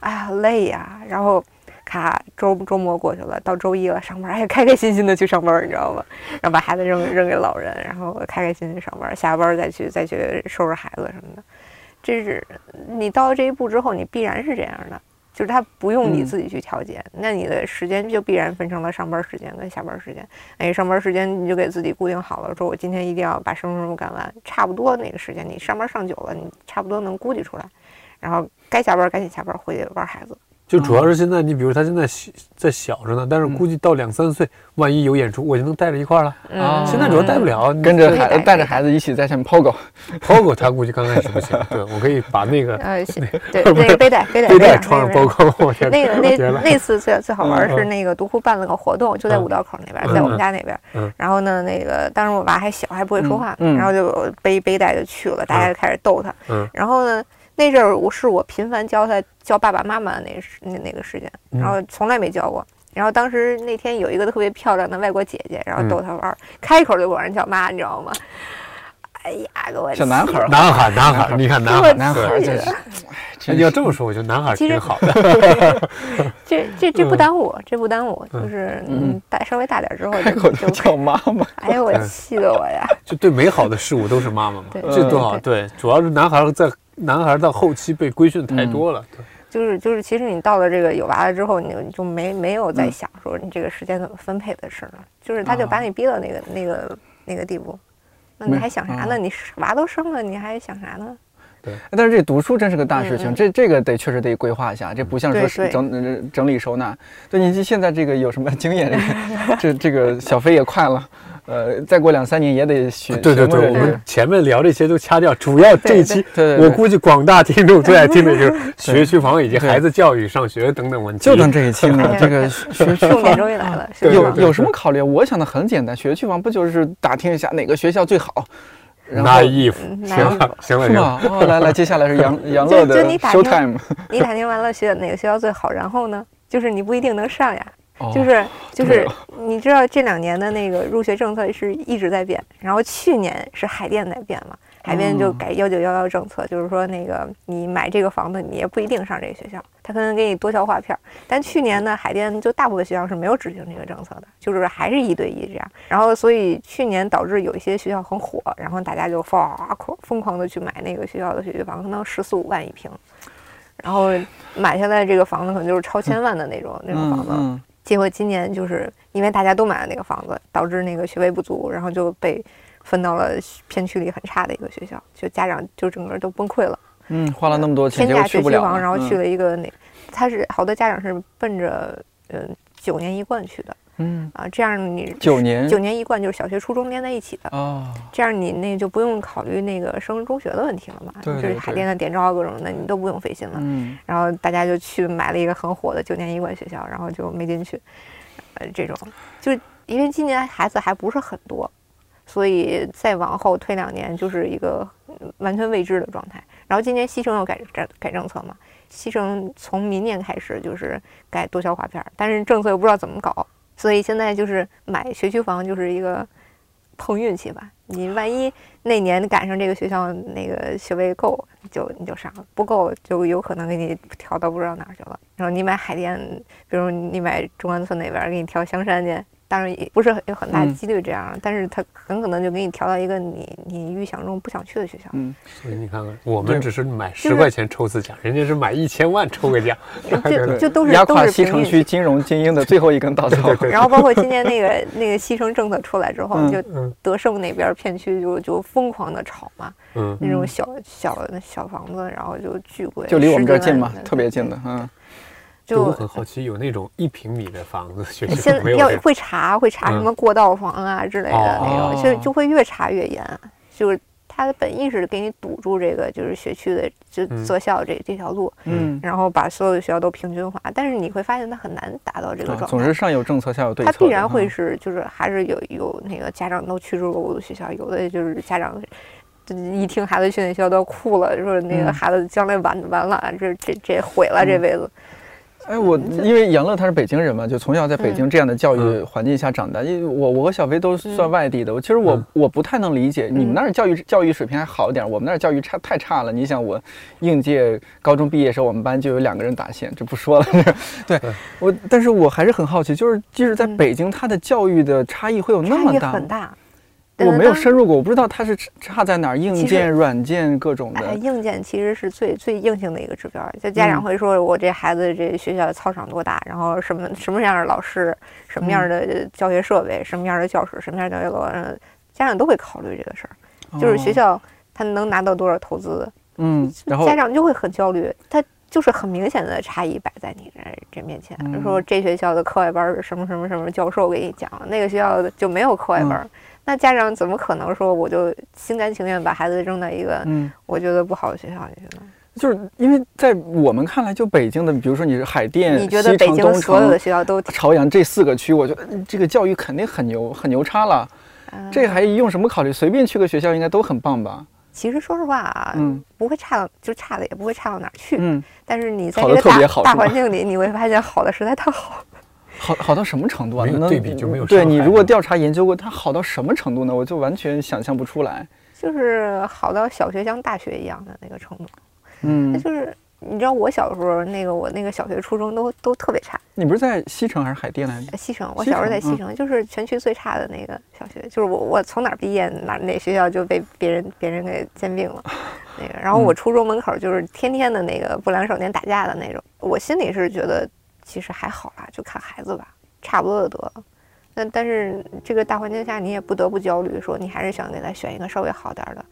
Speaker 4: 哎呀累呀、然后咔周周末过去了，到周一了上班，哎呀开开心心的去上班，你知道吗？然后把孩子扔扔给老人，然后开开心心上班，下班再去再去收拾孩子什么的。这是你到了这一步之后，你必然是这样的，就是他不用你
Speaker 2: 嗯
Speaker 4: 自己去调节，那你的时间就必然分成了上班时间跟下班时间。哎，上班时间你就给自己固定好了，说我今天一定要把什么什么干完，差不多那个时间你上班上久了，你差不多能估计出来，然后该下班赶紧下班回去玩孩子。
Speaker 3: 就主要是现在，你比如他现在小在小着呢，但是估计到两三岁，万一有演出，我就能带着一块儿了。
Speaker 4: 哦嗯
Speaker 2: 啊
Speaker 3: 现在主要带不了，
Speaker 2: 跟着
Speaker 4: 可以
Speaker 2: 孩
Speaker 4: 带
Speaker 2: 带着孩子一起在上面 POGO，
Speaker 3: 包裹他估计刚开始不行。对，我可以把那个
Speaker 4: 呃，是 对那个背带背带
Speaker 3: 背
Speaker 4: 背
Speaker 3: 带
Speaker 4: 带
Speaker 3: 穿上
Speaker 4: 背
Speaker 3: 包
Speaker 4: 带
Speaker 3: 裹，我天，
Speaker 4: 那个那
Speaker 3: 绝了
Speaker 4: 那次最最好玩儿
Speaker 3: 嗯
Speaker 4: 是
Speaker 3: 嗯
Speaker 4: 那个独库办了个活动，就在
Speaker 3: 嗯
Speaker 4: 五道口那边
Speaker 3: 嗯
Speaker 4: 儿，在我们
Speaker 3: 嗯
Speaker 4: 家那边
Speaker 3: 嗯
Speaker 4: 儿。然后呢，那个当时我娃还小，还不会说话，
Speaker 2: 嗯嗯
Speaker 4: 然后就背背带就去了，大家就开始逗他。
Speaker 3: 嗯
Speaker 4: 然后呢，那阵儿我是我频繁教他教爸爸妈妈的那时那那个时间，
Speaker 3: 嗯
Speaker 4: 然后从来没教过。然后当时那天有一个特别漂亮的外国姐姐，然后
Speaker 3: 嗯
Speaker 4: 逗他玩儿，开口就管人叫妈，你知道吗？哎呀，给我
Speaker 2: 小男孩 儿，
Speaker 3: 男孩，男孩，你看男孩，
Speaker 2: 男孩儿
Speaker 4: 气
Speaker 2: 真
Speaker 4: 的
Speaker 2: 是，
Speaker 3: 哎
Speaker 2: 真
Speaker 3: 你要
Speaker 2: 是
Speaker 3: 这么说，我觉得男孩
Speaker 4: 其实
Speaker 3: 挺好的。
Speaker 4: 这这这
Speaker 3: 嗯
Speaker 4: 不耽误，这不耽误，就是
Speaker 2: 嗯
Speaker 4: 嗯，大稍微大点儿之后
Speaker 2: 开口就
Speaker 4: 就就
Speaker 2: 叫妈妈，
Speaker 4: 哎呦我
Speaker 3: 嗯
Speaker 4: 气得我 呀！
Speaker 3: 就对美好的事物都是妈妈嘛，
Speaker 4: 对
Speaker 3: 这多好。
Speaker 4: 嗯
Speaker 3: 对，主要是男孩儿在男孩儿到后期被规训太多了。对
Speaker 4: 就是就是，其实你到了这个有娃了之后，你就你就没没有
Speaker 3: 嗯
Speaker 4: 再想说你这个时间怎么分配的事了，就是他
Speaker 3: 啊
Speaker 4: 就把你逼到那个那个那个地步，那你
Speaker 2: 没
Speaker 4: 还想啥
Speaker 2: 啊
Speaker 4: 呢？你娃都生了，你还想啥呢？
Speaker 2: 但是这读书真是个大事情，
Speaker 4: 嗯嗯
Speaker 2: 这这个得确实得规划一下，这不像说
Speaker 4: 对
Speaker 2: 是
Speaker 4: 对
Speaker 2: 整呃整整理收纳。对，您现在这个有什么经验？这个这这个小飞也快了，呃，再过两三年也得学。
Speaker 3: 对对
Speaker 2: 学会
Speaker 3: 对，
Speaker 2: 这
Speaker 3: 我
Speaker 2: 个
Speaker 3: 们前面聊这些都掐掉，主要这一期
Speaker 2: 对对对
Speaker 3: 我估计广大听众最爱听 的就是学区房以及孩子教育、上学等等问题。
Speaker 2: 就等这一期呢，
Speaker 4: 对
Speaker 2: 这个学区
Speaker 4: 重点
Speaker 2: 房。
Speaker 4: 终于来了，是
Speaker 3: 对
Speaker 4: 吧
Speaker 2: 有
Speaker 3: 对
Speaker 2: 有什么考虑？我想的很简单，学区房不就是打听一下哪个学校最好？然后
Speaker 3: naive，
Speaker 4: 嗯
Speaker 3: 行啊了行了
Speaker 2: 是
Speaker 3: 行了，
Speaker 2: 吗？哦，来来，接下来是杨杨乐的
Speaker 4: 就你打听
Speaker 2: show time，
Speaker 4: 你打听完了学哪个学校最好，然后呢，就是你不一定能上呀。
Speaker 2: 哦
Speaker 4: 就是就
Speaker 2: 对
Speaker 4: 是
Speaker 2: 哦，
Speaker 4: 你知道这两年的那个入学政策是一直在变，然后去年是海淀在变嘛，海淀就
Speaker 2: 哦
Speaker 4: 改幺九幺幺政策，就是说那个你买这个房子，你也不一定上这个学校，他可能给你多销划片儿。但去年呢，海淀就大部分学校是没有执行这个政策的，就是还是一对一这样。然后所以去年导致有一些学校很火，然后大家就疯狂疯狂的去买那个学校的学区房，可能十四五万一平。然后买下来这个房子可能就是超千万的那种那种房
Speaker 2: 嗯
Speaker 4: 子，
Speaker 2: 嗯，
Speaker 4: 结果今年就是因为大家都买了那个房子，导致那个学位不足，然后就被分到了片区里很差的一个学校，就家长就整个都崩溃了，
Speaker 2: 嗯，花了那么多钱，
Speaker 4: 天
Speaker 2: 结果
Speaker 4: 价
Speaker 2: 去
Speaker 4: 学
Speaker 2: 不
Speaker 4: 区
Speaker 2: 了
Speaker 4: 房，
Speaker 2: 了，
Speaker 4: 然后去
Speaker 2: 嗯
Speaker 4: 了一个那，他是好多家长是奔着嗯九年一贯去的
Speaker 2: 嗯，
Speaker 4: 啊，这样你
Speaker 2: 九年
Speaker 4: 九年一贯就是小学初中连在一起的，
Speaker 2: 哦，
Speaker 4: 这样你那就不用考虑那个升中学的问题了嘛，
Speaker 2: 对
Speaker 4: 就
Speaker 2: 对
Speaker 4: 是海
Speaker 2: 对
Speaker 4: 淀的点招啊各种的你都不用费心了。
Speaker 2: 嗯，
Speaker 4: 然后大家就去买了一个很火的九年一贯学校，然后就没进去，呃，这种就因为今年孩子还不是很多，所以再往后推两年就是一个嗯完全未知的状态。然后今年西城又改改改政策嘛，西城从明年开始就是改多销划片儿，但是政策又不知道怎么搞，所以现在就是买学区房就是一个碰运气吧。你万一那年赶上这个学校那个学位够，就你就上了；不够就有可能给你调到不知道哪儿去了。然后你买海淀，比如你买中关村那边儿，给你调香山去，当然也不是很有很大
Speaker 2: 嗯
Speaker 4: 几率这样，但是他很可能就给你调到一个你你预想中不想去的学校。
Speaker 2: 嗯
Speaker 3: 所以你看看，我
Speaker 2: 对
Speaker 3: 们只是买十块钱抽次奖，人家是买一千万抽 个奖，
Speaker 4: 这这都是
Speaker 2: 压
Speaker 4: 都
Speaker 2: 垮
Speaker 4: 是
Speaker 2: 西
Speaker 4: 凭
Speaker 2: 城
Speaker 4: 运
Speaker 2: 区金融精英的最后一根稻草，
Speaker 4: 然后 包括今年那个那个西城政策出来之后，
Speaker 2: 嗯
Speaker 4: 就
Speaker 3: 嗯
Speaker 4: 德胜那边片区就就疯狂的炒嘛，
Speaker 3: 嗯，
Speaker 4: 那种
Speaker 2: 嗯
Speaker 4: 小小小房子，然后就巨贵，
Speaker 2: 就离我们这儿近嘛
Speaker 4: 10几万，的
Speaker 2: 特别近的，嗯，
Speaker 3: 就我
Speaker 4: 就
Speaker 3: 很好奇，有那种一平米的房
Speaker 2: 哎
Speaker 3: 子，学区
Speaker 4: 现
Speaker 3: 房
Speaker 4: 在
Speaker 3: 没有
Speaker 4: 要
Speaker 3: 这种？
Speaker 4: 会查会查什么过道房啊之类的那
Speaker 2: 哦
Speaker 4: 种，就就会越查越严，就是他的本意是给你堵住这个就是学区的就
Speaker 3: 嗯
Speaker 4: 择校这这条路，
Speaker 2: 嗯，
Speaker 4: 然后把所有的学校都平均化，但是你会发现它很难达到这个
Speaker 2: 啊
Speaker 4: 状态。
Speaker 2: 总是上有政策，下有对
Speaker 4: 他
Speaker 2: 策的，
Speaker 4: 必然会
Speaker 2: 嗯
Speaker 4: 是，就是还是有有那个家长都趋之若鹜的学校，有的就是家长一听孩子去那学校都哭了，说那个
Speaker 2: 嗯
Speaker 4: 孩子将来完完了，这这这毁了这辈子。
Speaker 2: 哎，我
Speaker 4: 嗯
Speaker 2: 因为杨乐他是北京人嘛，就从小在北京这样的教育
Speaker 3: 嗯
Speaker 2: 环境下长大。因为我我和小飞都算外地的，我其实我
Speaker 3: 嗯
Speaker 2: 我不太能理解你们
Speaker 4: 嗯
Speaker 2: 那儿教育教育水平还好一点，我们那儿教育差太差了。你想我应届高中毕业时候，我们班就有两个人打线，这不说了。 对
Speaker 3: 对
Speaker 2: 我，但是我还是很好奇，就是即使在
Speaker 4: 嗯
Speaker 2: 北京，它的教育的差异会有那
Speaker 4: 差
Speaker 2: 么
Speaker 4: 异
Speaker 2: 大
Speaker 4: 很
Speaker 2: 吗？
Speaker 4: 大。
Speaker 2: 我没有
Speaker 4: 当
Speaker 2: 深入过，我不知道它是差在哪儿，硬
Speaker 4: 其
Speaker 2: 件、
Speaker 4: 实
Speaker 2: 软件各种
Speaker 4: 哎，
Speaker 2: 的。
Speaker 4: 硬件其实是最最硬性的一个指标儿。就家
Speaker 2: 嗯
Speaker 4: 长会说，我这孩子这学校操场多大，然后什么什么样的老师，什么
Speaker 2: 嗯
Speaker 4: 样的教学设备，什么样的教室，什么样的教学楼，嗯家长都会考虑这个事儿。就是学
Speaker 2: 哦，
Speaker 4: 校他能拿到多少投资，
Speaker 2: 嗯，然后
Speaker 4: 家长就会很焦虑，他就是很明显的差异摆在你这这面前，
Speaker 2: 嗯
Speaker 4: 说这学校的课外班儿什么什么什么教授给你讲，那个学校的就没有课外
Speaker 2: 嗯
Speaker 4: 班儿。那家长怎么可能说我就心甘情愿把孩子扔到一个
Speaker 2: 嗯。
Speaker 4: 我觉得不好的学校里去呢？
Speaker 2: 就是因为在我们看来，就北京的，比如说你是海淀、
Speaker 4: 你觉
Speaker 2: 嗯
Speaker 4: 得
Speaker 2: 西
Speaker 4: 北
Speaker 2: 城、
Speaker 4: 京
Speaker 2: 东
Speaker 4: 所有的
Speaker 2: 城、
Speaker 4: 学校都挺
Speaker 2: 朝阳这四个区，我觉得嗯这个教育肯定很牛，很牛叉了。
Speaker 4: 嗯
Speaker 2: 这还用什么考虑？随便去个学校应该都很棒吧？
Speaker 4: 其实说实话啊，
Speaker 2: 嗯
Speaker 4: 不会差到就差的也不会差到哪儿去，
Speaker 2: 嗯，
Speaker 4: 但是你在
Speaker 2: 好
Speaker 4: 这
Speaker 2: 得
Speaker 4: 个
Speaker 2: 特别
Speaker 4: 大
Speaker 2: 好
Speaker 4: 大
Speaker 2: 是吧
Speaker 4: 环境里，你会发现好的实在太好了。
Speaker 2: 好好到什么程度啊？
Speaker 3: 没有
Speaker 2: 能
Speaker 3: 对比就没有
Speaker 2: 对
Speaker 3: 伤害
Speaker 2: 你如果调查研究过，它好到什么程度呢？我就完全想象不出来。
Speaker 4: 就是好到小学像大学一样的那个程度。那
Speaker 2: 嗯，
Speaker 4: 就是你知道我小时候那个我那个小学初中都都特别差，
Speaker 2: 你不是在西城还是海淀来着？
Speaker 4: 呃西城我
Speaker 2: 西
Speaker 4: 小时候
Speaker 2: 城
Speaker 4: 在西
Speaker 2: 嗯
Speaker 4: 城、就是全区最差的那个小学，就是我我从哪儿毕业哪哪学校就被别人别人给兼并 了，那个，然后我
Speaker 2: 嗯
Speaker 4: 初中门口就是天天的那个不良少年打架的那种，我心里是觉得其实还好啦，就看孩子吧，差不多就得了。但但是这个
Speaker 2: 嗯
Speaker 4: 大环境下，你也不得不焦虑，说你还是想给他选一个稍微好点儿的。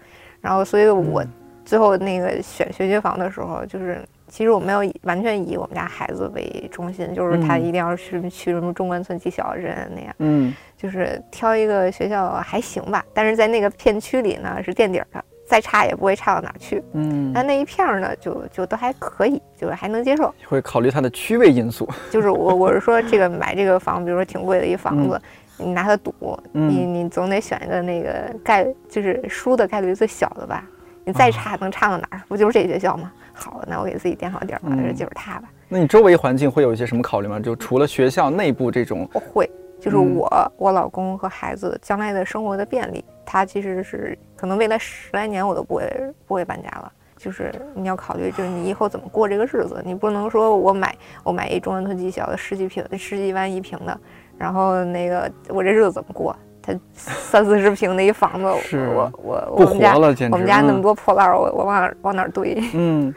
Speaker 4: 然后，所以我最后那个选学区房的时候，就是其实我没有以完全以我们家孩子为中心，就是他
Speaker 2: 嗯
Speaker 4: 一定要去去什么中关村技校、人人那样，
Speaker 2: 嗯
Speaker 4: 就是挑一个学校还行吧，但是在那个片区里呢是垫底儿的，再差也不会差到哪儿去。
Speaker 2: 嗯
Speaker 4: 那，那一片儿呢，就就都还可以，就是还能接受。
Speaker 2: 会考虑它的区位因素。
Speaker 4: 就是我我是说这个买这个房，比如说挺贵的一房子，
Speaker 2: 嗯
Speaker 4: 你拿它赌，你你总得选一个那个概就是输的概率最小的吧。你
Speaker 2: 啊
Speaker 4: 再差能差到哪儿？不就是这学校吗？好，那我给自己垫好底儿吧，
Speaker 2: 嗯
Speaker 4: 这就是它吧。
Speaker 2: 那你周围环境会有一些什么考虑吗？就除了学校内部这种，
Speaker 4: 我会，就是
Speaker 2: 嗯
Speaker 4: 我、我老公和孩子将来的生活的便利，他其实是可能未来十来年我都不会不会搬家了。就是你要考虑，就是你以后怎么过这个日子，你不能说我买我买一中关村技校的十几平十几万一平的，然后那个我这日子怎么过？他三四十平的一房子，
Speaker 2: 是
Speaker 4: 我我我
Speaker 2: 不
Speaker 4: 我们家
Speaker 2: 活了，简直。
Speaker 4: 我们家那么多破烂儿，我我往哪儿往哪儿堆？
Speaker 2: 嗯，嗯，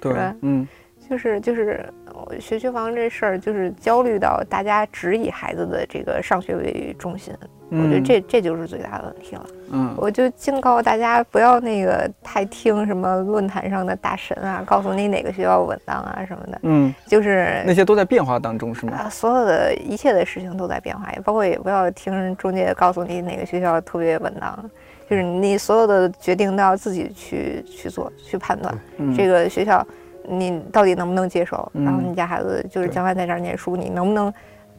Speaker 2: 对
Speaker 4: 是吧，
Speaker 2: 嗯
Speaker 4: 就是就是呃学区房这事儿，就是焦虑到大家只以孩子的这个上学为中心，
Speaker 2: 嗯，
Speaker 4: 我觉得这这就是最大的问题了。
Speaker 2: 嗯
Speaker 4: 我就警告大家不要那个太听什么论坛上的大神啊，告诉你哪个学校稳当啊什么的，
Speaker 2: 嗯，
Speaker 4: 就是
Speaker 2: 那些都在变化当中，是吗？
Speaker 4: 啊，所有的一切的事情都在变化，也包括也不要听中介告诉你哪个学校特别稳当，就是
Speaker 2: 嗯
Speaker 4: 你所有的决定都要自己去去做去判断。
Speaker 2: 嗯，
Speaker 4: 这个学校你到底能不能接受？然后
Speaker 2: 嗯
Speaker 4: 你家孩子就是
Speaker 2: 对
Speaker 4: 将来在这儿念书，你能不能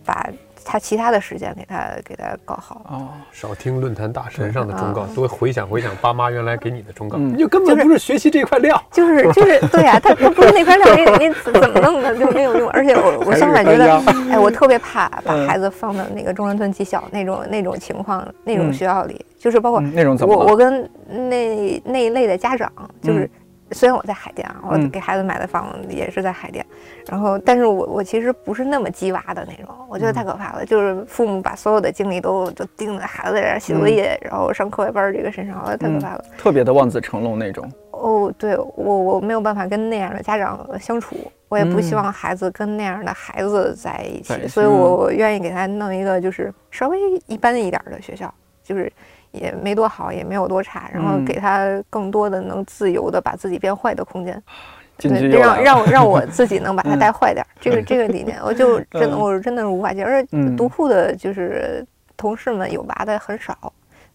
Speaker 4: 把他其他的时间给他给他搞好？
Speaker 2: 哦，
Speaker 3: 少听论坛大神上的忠告，
Speaker 4: 嗯
Speaker 3: 多回想回想爸妈原来给你的忠告，
Speaker 2: 嗯
Speaker 3: 你就根本
Speaker 4: 就是
Speaker 3: 不是学习这块料。
Speaker 4: 就是就是，对呀、他他不是那块料，你你怎怎么弄的就没有用。而且我我
Speaker 3: 还是
Speaker 4: 相反觉
Speaker 3: 搬
Speaker 4: 得，哎，我特别 怕把
Speaker 2: 嗯
Speaker 4: 孩子放到那个中关村技校那种那种情况那种
Speaker 2: 嗯
Speaker 4: 学校里，就是包括
Speaker 2: 嗯那种怎么
Speaker 4: 我
Speaker 2: 了？
Speaker 4: 我跟那那一类的家长，就是、
Speaker 2: 嗯
Speaker 4: 虽然我在海淀啊，我
Speaker 2: 嗯
Speaker 4: 给孩子买的房也是在海淀，然后但是我我其实不是那么鸡娃的那种，我觉得太
Speaker 2: 嗯
Speaker 4: 可怕了。就是父母把所有的精力都都盯着孩子在这儿写
Speaker 2: 嗯
Speaker 4: 作业，然后上课外班儿这个身上，我觉得太可怕了。
Speaker 2: 特别的望子成龙那种。
Speaker 4: 哦，对我我没有办法跟那样的家长相处，我也不希望孩子跟那样的孩子在一起，
Speaker 2: 嗯在一起嗯
Speaker 4: 所以我我愿意给他弄一个就是稍微一般一点儿的学校，就是也没多好，也没有多差，然后
Speaker 2: 嗯
Speaker 4: 给他更多的能自由的把自己变坏的 空间，
Speaker 2: 进
Speaker 4: 对，
Speaker 2: 去又来
Speaker 4: 让
Speaker 2: 了
Speaker 4: 让我 让我自己能把他
Speaker 2: 啊嗯
Speaker 4: 带坏点儿，这个这个理念，我就真的
Speaker 2: 嗯
Speaker 4: 我是真的是无法接受，而且
Speaker 2: 嗯
Speaker 4: 独库的就是同事们有娃的很少。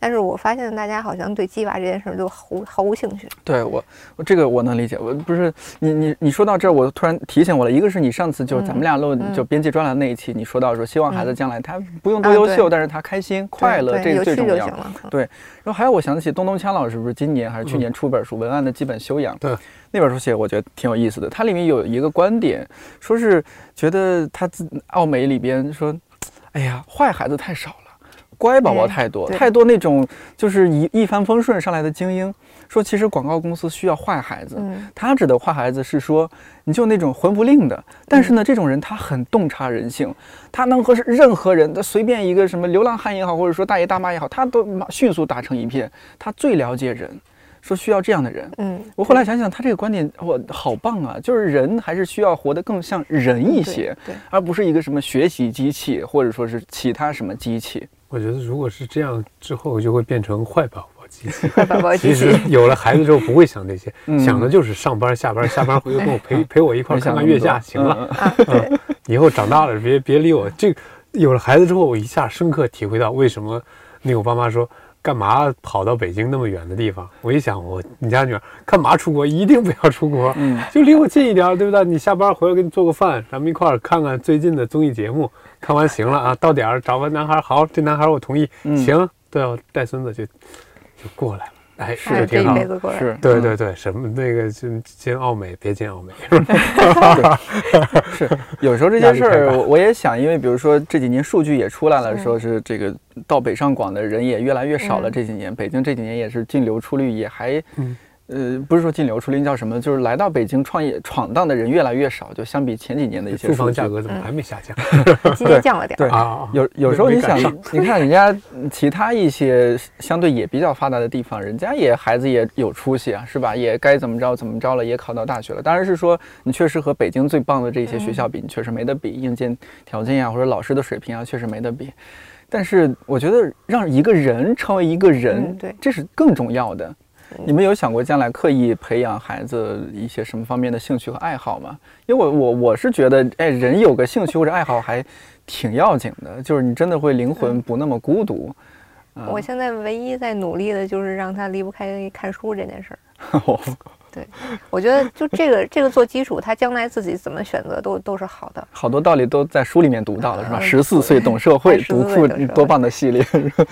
Speaker 4: 但是我发现大家好像对鸡娃这件事儿就毫无毫无兴趣。
Speaker 2: 对我，我这个我能理解。我不是你你你说到这儿，我突然提醒我了。一个是你上次就
Speaker 4: 嗯
Speaker 2: 咱们俩录
Speaker 4: 嗯
Speaker 2: 就编辑专栏那一期，你说到说希望孩子
Speaker 4: 嗯
Speaker 2: 将来他不用多
Speaker 4: 啊
Speaker 2: 优
Speaker 4: 对
Speaker 2: 秀，但是他开心快乐，
Speaker 4: 对
Speaker 2: 这
Speaker 4: 有
Speaker 2: 是最
Speaker 4: 趣
Speaker 2: 重
Speaker 4: 就
Speaker 2: 要
Speaker 4: 行
Speaker 2: 的。
Speaker 4: 了。
Speaker 2: 对然后还有我想起东东锵老师不是今年还是去
Speaker 3: 嗯
Speaker 2: 年出一本书《文案的基本修养》，
Speaker 3: 对，
Speaker 2: 那本书写我觉得挺有意思的。它里面有一个观点，说是觉得他自奥美里边说，哎呀，坏孩子太少了。乖宝宝
Speaker 4: 对
Speaker 2: 太多，
Speaker 4: 对
Speaker 2: 太多那种就是一一帆风顺上来的精英，说其实广告公司需要坏孩子，
Speaker 4: 嗯，
Speaker 2: 他指的坏孩子是说，你就那种魂不吝的，但
Speaker 4: 嗯
Speaker 2: 是呢，这种人他很洞察人性，他能和任何人，他随便一个什么流浪汉也好，或者说大爷大妈也好，他都马迅速打成一片，他最了解人，说需要这样的人。
Speaker 4: 嗯，
Speaker 2: 我后来想想，他这个观点我好棒啊，就是人还是需要活得更像人一些，
Speaker 4: 嗯对，
Speaker 2: 而不是一个什么学习机器，或者说是其他什么机器。
Speaker 3: 我觉得如果是这样之后，就会变成坏宝宝机器。
Speaker 4: 快 宝 宝
Speaker 3: 其
Speaker 4: 机器
Speaker 3: 实，有了孩子之后不会想这些，
Speaker 2: 嗯
Speaker 3: 想的就是上班下班，下 班回去跟我陪陪我一块儿
Speaker 2: 没想
Speaker 3: 看
Speaker 2: 那
Speaker 3: 看
Speaker 2: 么
Speaker 3: 月
Speaker 2: 多
Speaker 3: 下，行了。，
Speaker 2: 嗯
Speaker 3: 嗯， 以后长大了别别理我。这个有了孩子之后，我一下深刻体会到为什么那个我爸妈说干嘛跑到北京那么远的地方。我一想，我你家女儿干嘛出国？一定不要出国，
Speaker 2: 嗯
Speaker 3: 就离我近一点儿，对不对？你下班回来给你做个饭，咱们一块儿看看最近的综艺节目。看完行了啊，到点儿找个男孩儿，好，这男孩儿我同意，
Speaker 2: 嗯
Speaker 3: 行，对、我带孙子就就过来了，哎，
Speaker 4: 哎
Speaker 3: 这
Speaker 4: 这
Speaker 3: 挺
Speaker 4: 一
Speaker 3: 好
Speaker 4: 辈。子过来，
Speaker 2: 是，
Speaker 3: 对
Speaker 2: 嗯
Speaker 3: 对对，什么那个就进奥美，别进奥美，
Speaker 2: 是，有时候这
Speaker 3: 压
Speaker 2: 些
Speaker 3: 力
Speaker 2: 事
Speaker 3: 太
Speaker 2: 儿
Speaker 3: 大
Speaker 2: 我我也想，因为比如说这几年数据也出来了，
Speaker 4: 是
Speaker 2: 说是这个到北上广的人也越来越少了。
Speaker 4: 嗯
Speaker 2: 这几年，北京这几年也是净流出率也还
Speaker 3: 嗯，
Speaker 2: 呃，不是说净流出率那叫什么，就是来到北京创业闯荡的人越来越少，就相比前几年的一些
Speaker 3: 住
Speaker 2: 数
Speaker 3: 房
Speaker 2: 据
Speaker 3: 价。格怎么还没下降？
Speaker 4: 今天降了点儿
Speaker 2: 对
Speaker 3: 啊啊，
Speaker 2: 有有时候
Speaker 3: 没
Speaker 2: 你
Speaker 3: 赶
Speaker 2: 想
Speaker 3: 上，
Speaker 2: 你看人家其他一些相对也比较发达的地方，人家也孩子也有出息啊，是吧？也该怎么着怎么着了，也考到大学了。当然是说你确实和北京最棒的这些学校比，你确实没得比，硬件条件啊或者老师的水平啊，确实没得比。但是我觉得让一个人成为一个人，
Speaker 4: 嗯对嗯
Speaker 2: 这是更重要的。你们有想过将来刻意培养孩子一些什么方面的兴趣和爱好吗？因为我我我是觉得，哎，人有个兴趣或者爱好还挺要紧的，就是你真的会灵魂不那么孤独。嗯
Speaker 4: 我现在唯一在努力的就是让他离不开看书这件事儿。 我觉得就这个这个做基础，他将来自己怎么选择都都是好的。
Speaker 2: 好多道理都在书里面读到了，是吧？
Speaker 4: 嗯
Speaker 2: 十四岁懂社会，
Speaker 4: 对
Speaker 2: 读
Speaker 4: 14
Speaker 2: 库
Speaker 4: 岁懂社会
Speaker 2: 多棒的系列！是吧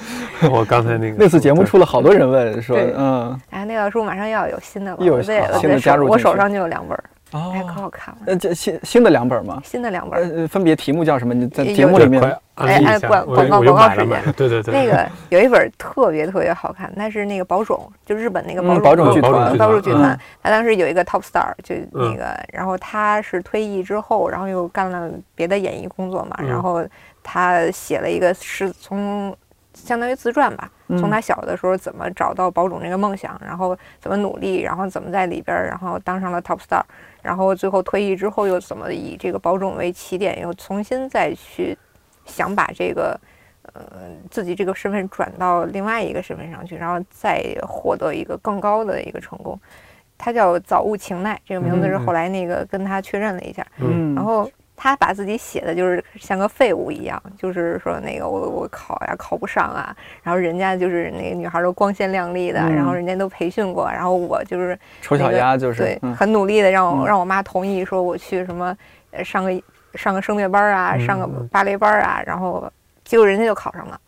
Speaker 3: 我刚才那个
Speaker 2: 那次节目出了好多人问，说
Speaker 4: 对
Speaker 2: 嗯，
Speaker 4: 哎，那本书马上要有新的了，
Speaker 2: 又有
Speaker 4: 我这
Speaker 2: 好
Speaker 4: 我
Speaker 2: 新
Speaker 4: 这
Speaker 2: 的加
Speaker 4: 手
Speaker 2: 入
Speaker 4: 我
Speaker 2: 进
Speaker 4: 手
Speaker 2: 去
Speaker 4: 上就有两本儿，哎，可
Speaker 2: 哦，
Speaker 4: 好看了，
Speaker 2: 那这新新的两本吗？
Speaker 4: 新的两本儿。
Speaker 2: 呃，分别题目叫什么？你在
Speaker 4: 有
Speaker 2: 节目
Speaker 3: 对
Speaker 2: 里面
Speaker 3: 快
Speaker 4: 哎
Speaker 3: 安利一
Speaker 4: 哎
Speaker 3: 下，
Speaker 4: 广
Speaker 3: 我
Speaker 4: 广告
Speaker 3: 我又
Speaker 4: 广告
Speaker 3: 买了
Speaker 4: 时
Speaker 3: 买
Speaker 4: 间
Speaker 3: 了，对对对，
Speaker 4: 那个有一本儿特别特别好看，那是那个宝冢，就日本那个
Speaker 2: 嗯
Speaker 4: 宝
Speaker 2: 宝
Speaker 4: 冢
Speaker 2: 冢剧
Speaker 3: 宝冢
Speaker 2: 团
Speaker 3: 剧
Speaker 4: 包入
Speaker 3: 团
Speaker 4: 剧
Speaker 3: 嗯
Speaker 4: 团，他当时有一个 top star，就那
Speaker 3: 嗯
Speaker 4: 个，然后他是退役之后，然后又干了别的演艺工作嘛，
Speaker 3: 嗯
Speaker 4: 然后他写了一个是从相当于自传吧，
Speaker 2: 嗯
Speaker 3: 嗯
Speaker 4: 从他小的时候怎么找到保种这个梦想，然后怎么努力，然后怎么在里边儿，然后当上了 top star，然后最后退役之后又怎么以这个保种为起点，又重新再去想把这个。呃，自己这个身份转到另外一个身份上去，然后再获得一个更高的一个成功。他叫早雾晴奈，这个名字是
Speaker 3: 嗯嗯
Speaker 4: 后来那个跟他确认了一下，
Speaker 2: 嗯，
Speaker 4: 然后他把自己写的就是像个废物一样，就是说那个我我考呀考不上啊，然后人家就是那个女孩都光鲜亮丽的，
Speaker 2: 嗯
Speaker 4: 然后人家都培训过，然后我就是
Speaker 2: 丑小鸭就是
Speaker 4: 对、
Speaker 2: 嗯
Speaker 4: 很努力的让我
Speaker 2: 嗯
Speaker 4: 让我妈同意说我去什么呃上个上个声乐班啊，
Speaker 3: 嗯
Speaker 4: 上个
Speaker 3: 嗯
Speaker 4: 芭蕾班啊，然后结果人家就考上了，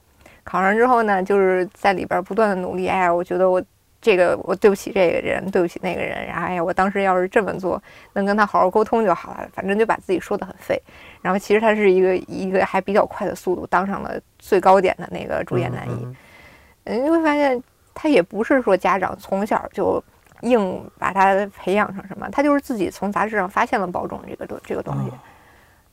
Speaker 4: 考上之后呢，就是在里边不断的努力，哎呀，我觉得我。这个我对不起这个人，对不起那个人，然后哎呀，我当时要是这么做，能跟他好好沟通就好了。反正就把自己说的很废，然后其实他是一个一个还比较快的速度当上了最高点的那个主演男一。
Speaker 3: 嗯嗯
Speaker 4: 嗯，你会发现他也不是说家长从小就硬把他培养成什么，他就是自己从杂志上发现了保种这个东这个东西，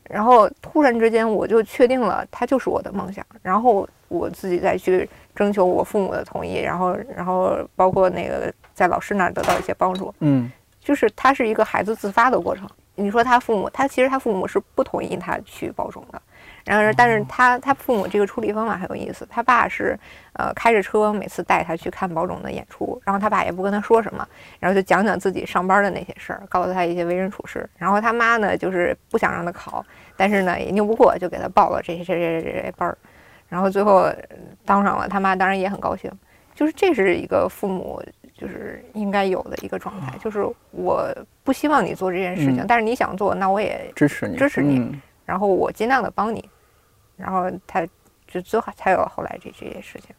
Speaker 4: 然后突然之间我就确定了它就是我的梦想，然后我自己再去征求我父母的同意，然后然后包括那个在老师那儿得到一些帮助，
Speaker 2: 嗯
Speaker 4: 就是他是一个孩子自发的过程。你说他父母，他其实他父母是不同意他去保种的，然而但是他他父母这个处理方法很有意思，他爸是呃开着车每次带他去看保种的演出，然后他爸也不跟他说什么，然后就讲讲自己上班的那些事儿，告诉他一些为人处事，然后他妈呢就是不想让他考，但是呢也拗不过，就给他报了这些这些这些这些班儿，然后最后呃当上了，他妈当然也很高兴，就是这是一个父母就是应该有的一个状
Speaker 3: 啊
Speaker 4: 态，就是我不希望你做这件事情，
Speaker 2: 嗯
Speaker 4: 但是你想做，那我也
Speaker 2: 支持你
Speaker 4: 支持你
Speaker 2: 嗯
Speaker 4: 然后我尽量的帮你，然后他就最后才有后来这这些事情，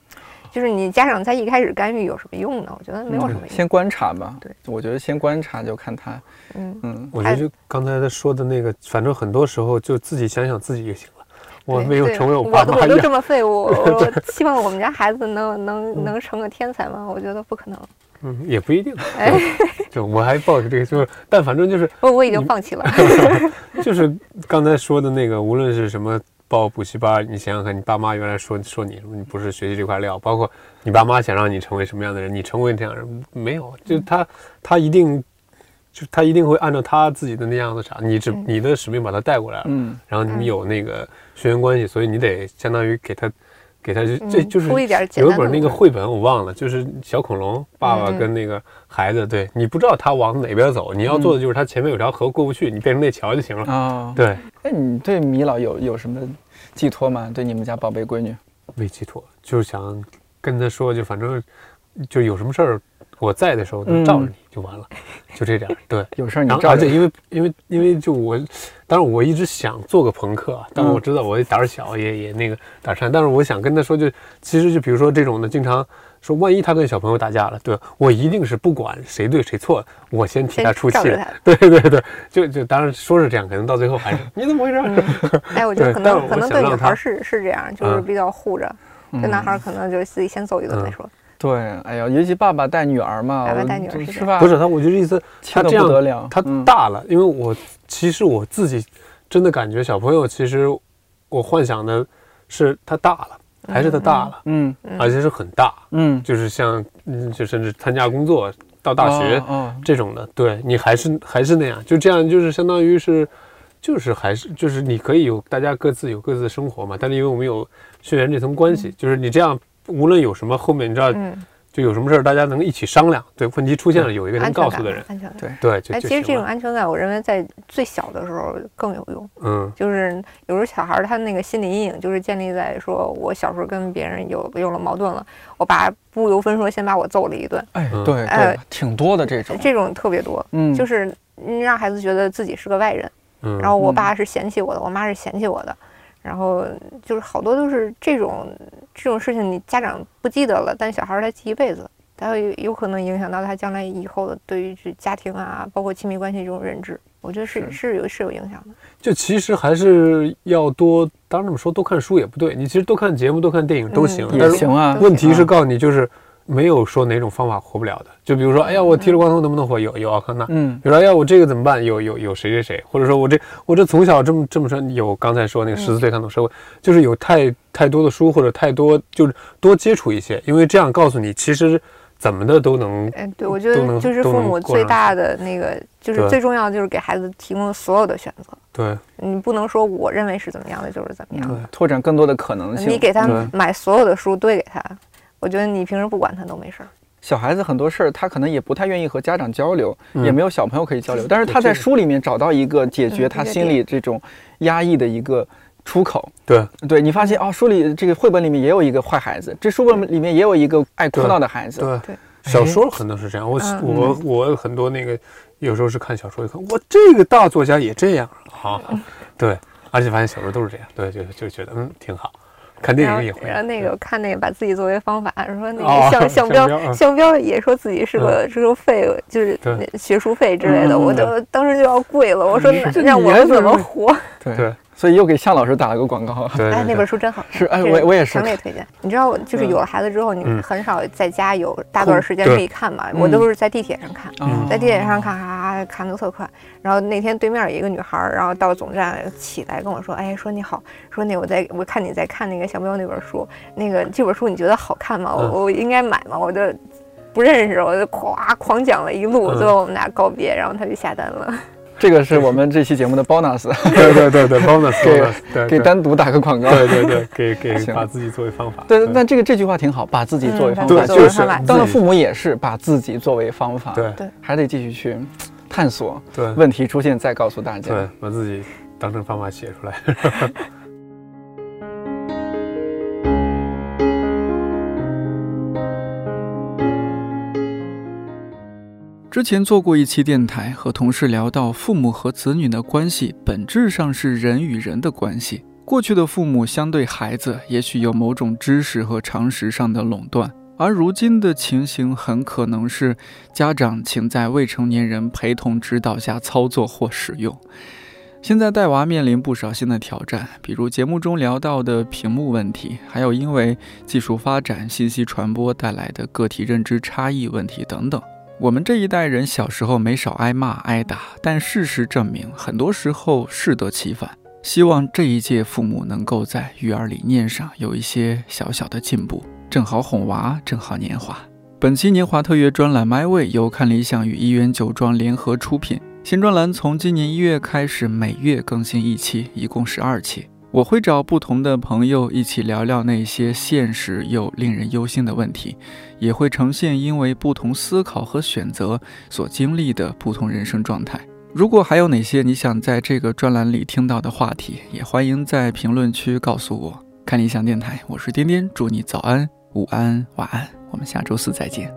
Speaker 4: 就是你家长在一开始干预有什么用呢？我觉得
Speaker 3: 嗯
Speaker 4: 没有什么用。
Speaker 2: 先观察吧。
Speaker 4: 对，
Speaker 2: 我觉得先观察就看他，
Speaker 4: 嗯，
Speaker 2: 嗯，
Speaker 3: 我觉得就刚才他说的那个，反正很多时候就自己想想自己就行了。我
Speaker 4: 对
Speaker 3: 没有
Speaker 4: 对
Speaker 3: 成为我
Speaker 4: 我
Speaker 3: 爸
Speaker 4: 都
Speaker 3: 妈
Speaker 4: 我
Speaker 3: 一
Speaker 4: 都
Speaker 3: 样
Speaker 4: 这，么 废物，我我希望我们家孩子能能能成个天才吗？我觉得不可能，
Speaker 3: 嗯，也不一定。
Speaker 4: 哎
Speaker 3: 对就我还抱着这个，就是但反正就是
Speaker 4: 我我已经
Speaker 3: 你
Speaker 4: 放弃 了。
Speaker 3: 就是刚才说的那个，无论是什么报补习班，你想想看，你爸妈原来说说你你不是学习这块料，包括你爸妈想让你成为什么样的人，你成为这样的人没有？就他他一定就他一定会按照他自己的那样子啥，你只
Speaker 4: 嗯
Speaker 3: 你的使命把他带过来了，
Speaker 2: 嗯，
Speaker 3: 然后你们
Speaker 4: 嗯
Speaker 3: 有那个血缘关系，所以你得相当于给他给他这
Speaker 4: 嗯
Speaker 3: 就是
Speaker 4: 出一点简
Speaker 3: 有一
Speaker 4: 单的
Speaker 3: 本那
Speaker 4: 路
Speaker 3: 个绘本我忘了，就是小恐龙爸爸
Speaker 4: 嗯嗯
Speaker 3: 跟那个孩子，对你不知道他往哪边走，你要做的就是他前面有条河过不去，你变成那桥就行了。
Speaker 2: 哦，
Speaker 3: 对，
Speaker 2: 哎，你对米老有有什么寄托吗？对你们家宝贝闺女？
Speaker 3: 没寄托，就是想跟他说，就反正就有什么事儿我在的时候能罩着
Speaker 2: 嗯
Speaker 3: 你就完了，就这点儿。啊对，
Speaker 2: 有事儿你
Speaker 3: 然后
Speaker 2: 照
Speaker 3: 而
Speaker 2: 着
Speaker 3: 且。因为因为因为就我，当然我一直想做个朋克啊，但
Speaker 2: 嗯
Speaker 3: 我知道我胆儿小，也也那个胆儿颤。但是我想跟他说就，其实就比如说这种的，经常说万一他跟小朋友打架了，对我一定是不管谁对谁错，我先替
Speaker 4: 先
Speaker 3: 他出气
Speaker 4: 罩。着他
Speaker 3: 对对对，就就当然说是这样，可能到最 后还是你怎么回事
Speaker 2: 嗯
Speaker 3: 儿？
Speaker 4: 哎，我觉
Speaker 3: 对
Speaker 4: 得可
Speaker 3: 但是
Speaker 4: 能
Speaker 3: 我
Speaker 4: 可
Speaker 3: 想
Speaker 4: 能对女
Speaker 3: 让
Speaker 4: 孩
Speaker 3: 他
Speaker 4: 儿是是这样，就是
Speaker 3: 嗯
Speaker 4: 比较护着，对
Speaker 2: 啊
Speaker 4: 男孩儿可能就是自己先走一顿再
Speaker 3: 嗯
Speaker 4: 说。
Speaker 2: 嗯对，哎呀，尤其爸爸带女儿嘛，
Speaker 4: 爸爸
Speaker 2: 我
Speaker 4: 带女儿
Speaker 2: 就是
Speaker 4: 这
Speaker 2: 是
Speaker 4: 样
Speaker 2: 吧？
Speaker 3: 不是他，我就是意思，
Speaker 2: 气
Speaker 3: 他
Speaker 2: 得
Speaker 3: 这
Speaker 2: 不
Speaker 3: 样
Speaker 2: 得了。
Speaker 3: 他
Speaker 2: 嗯
Speaker 3: 大了，因为我其实我自己真的感觉小朋友，其实我幻想的是他大了，还是他大了，
Speaker 2: 嗯
Speaker 3: 而且是很大，
Speaker 2: 嗯，
Speaker 3: 就是像嗯，就甚至参加工作到大学、
Speaker 2: 哦哦
Speaker 3: 这种的，对你还是还是那样，就这样，就是相当于是。就是还是就是你可以有大家各自有各自的生活嘛，但是因为我们有血缘这层关系，就是你这样无论有什么后面你知道
Speaker 4: 嗯，
Speaker 3: 就有什么事儿大家能一起商量，对问题出现了有一个能
Speaker 4: 安
Speaker 3: 告
Speaker 4: 全
Speaker 3: 诉
Speaker 4: 感
Speaker 3: 的
Speaker 4: 嘛
Speaker 3: 人，，
Speaker 4: 安全感。
Speaker 2: 对
Speaker 3: 对，就
Speaker 4: 哎，
Speaker 3: 就
Speaker 4: 其实这
Speaker 3: 行了
Speaker 4: 种安全感，我认为在最小的时候更有用。
Speaker 3: 嗯
Speaker 4: 就是有时候小孩儿他那个心理阴影，就是建立在说我小时候跟别人有有了矛盾了，我爸不由分说先把我揍了一顿，
Speaker 2: 哎，
Speaker 3: 嗯
Speaker 2: 对对，
Speaker 4: 哎
Speaker 2: 挺多的
Speaker 3: 哦
Speaker 2: 这种，
Speaker 4: 这种特别多。
Speaker 2: 嗯，
Speaker 4: 就是是让孩子觉得自己是个外人，
Speaker 3: 嗯，
Speaker 4: 然后我爸是嫌弃我的，我妈是嫌弃我的，然后就是好多都是这种这种事情，你家长不记得了，但小孩儿他记一辈子，他会有可能影响到他将来以后的对于这家庭啊，包括亲密关系这种认知，我觉得是
Speaker 2: 是
Speaker 4: 是有是有影响的。
Speaker 3: 就其实还是要多，当然这么说，多看书也不对，你其实多看节目、多看电影都行，
Speaker 4: 嗯
Speaker 2: 也
Speaker 3: 但是
Speaker 2: 行啊
Speaker 4: 都，
Speaker 3: 问题是告诉你就是没有说哪种方法活不了的，就比如说，哎呀，我剃了光头能不能活？有有奥康纳，
Speaker 2: 嗯
Speaker 3: 比如说，哎呀，我这个怎么办？有有有谁谁谁，或者说我这我这从小这么这么说，有刚才说那个十四岁看懂社会，就是有太太多的书或者太多就是多接触一些，因为这样告诉你其实怎么的都能，
Speaker 4: 哎，对，我觉
Speaker 3: 都
Speaker 4: 得
Speaker 3: 能
Speaker 4: 就是
Speaker 3: 都
Speaker 4: 父
Speaker 3: 能
Speaker 4: 母
Speaker 3: 过
Speaker 4: 最
Speaker 3: 上
Speaker 4: 大的那个，就是
Speaker 3: 对
Speaker 4: 最重要的就是给孩子提供所有的选择，
Speaker 3: 对
Speaker 4: 你不能说我认为是怎么样的就是怎么样的，
Speaker 2: 嗯，拓展更多的可能性。
Speaker 4: 你给他
Speaker 2: 对
Speaker 4: 买所有的书堆给他，我觉得你平时不管他都没事儿。
Speaker 2: 小孩子很多事儿，他可能也不太愿意和家长交流，
Speaker 3: 嗯
Speaker 2: 也没有小朋友可以交流，但是他在书里面找到一个解决
Speaker 4: 嗯
Speaker 2: 他
Speaker 4: 一个
Speaker 2: 心里这种压抑的一个出口。
Speaker 3: 对，
Speaker 2: 对你发现哦，书里这个绘本里面也有一个坏孩子，这书本里面也有一个爱哭闹的孩子。
Speaker 3: 对
Speaker 4: 对
Speaker 3: 小说很多是这样，我
Speaker 4: 嗯
Speaker 3: 我我很多那个有时候是看小说，一看我这个大作家也这样啊， 对，而且发现小说都是这样，对，就就觉得嗯挺好，看电
Speaker 4: 然后
Speaker 3: 影也会，
Speaker 4: 然后那个我看那个把自己作为方法，说那
Speaker 3: 哦
Speaker 4: 个项项
Speaker 3: 项标
Speaker 4: 标
Speaker 3: 嗯
Speaker 4: 项标也说自己是个是个废物，就是
Speaker 3: 对
Speaker 4: 那学术废之类的，我就当时就要跪了，我说那
Speaker 2: 这
Speaker 4: 让
Speaker 2: 你
Speaker 4: 我
Speaker 2: 还
Speaker 4: 们怎
Speaker 2: 是
Speaker 4: 么活？
Speaker 2: 对
Speaker 3: 对
Speaker 2: 所以又给向老师打了个广告。
Speaker 3: 对对
Speaker 4: 哎，那
Speaker 3: 对
Speaker 4: 本书真好看，
Speaker 2: 是哎
Speaker 4: 这
Speaker 2: 我我也是
Speaker 4: 强烈推荐。你知道，就是有了孩子之后，你
Speaker 3: 嗯
Speaker 4: 很少在家有大段时间
Speaker 3: 对
Speaker 4: 可以看嘛，我都是在地铁上看。
Speaker 2: 啊
Speaker 4: 在地铁上看，哈哈看的特快。然后那天对面有一个女孩儿，然后到总站起来跟我说：“哎，说你好，说那我在我看你在看那个小喵那本书，那个这本书你觉得好看吗？
Speaker 3: 嗯
Speaker 4: 我我应该买吗？”我就不认识，我就夸狂讲了一路，
Speaker 3: 嗯
Speaker 4: 最后我们俩告别，然后他就下单了。
Speaker 2: 这个是我们这期节目的 bonus，
Speaker 4: 哎
Speaker 3: 对对对对，bonus bonus，对
Speaker 2: 给
Speaker 3: 对
Speaker 2: 单独打个广告。
Speaker 3: 对对对， 给给
Speaker 2: 行
Speaker 3: 把自己作为方法，
Speaker 2: 对，那这个这句话挺好，把自己作为方
Speaker 4: 嗯
Speaker 2: 法。
Speaker 4: 把
Speaker 3: 对
Speaker 4: 自己
Speaker 2: 就
Speaker 3: 就是
Speaker 4: 作为方法
Speaker 3: 是
Speaker 2: 当了父母也是把自己作为方法，
Speaker 3: 对
Speaker 4: 对
Speaker 2: 还得继续去探索。
Speaker 3: 对
Speaker 2: 问题出现再告诉大家。
Speaker 3: 对，把自己当成方法写出来，
Speaker 1: 之前做过一期电台，和同事聊到，父母和子女的关系本质上是人与人的关系。过去的父母相对孩子，也许有某种知识和常识上的垄断，而如今的情形很可能是家长请在未成年人陪同指导下操作或使用。现在带娃面临不少新的挑战，比如节目中聊到的屏幕问题，还有因为技术发展、信息传播带来的个体认知差异问题等等。我们这一代人小时候没少挨骂挨打，但事实证明，很多时候适得其反。希望这一届父母能够在育儿理念上有一些小小的进步，正好哄娃，正好年华。本期年华特约专栏《My Way》由看理想与一元酒庄联合出品。新专栏从今年一月开始，每月更新一期，一共十二期。我会找不同的朋友一起聊聊那些现实又令人忧心的问题，也会呈现因为不同思考和选择所经历的不同人生状态。如果还有哪些你想在这个专栏里听到的话题，也欢迎在评论区告诉我。看理想电台，我是颠颠，祝你早安、午安、晚安，我们下周四再见。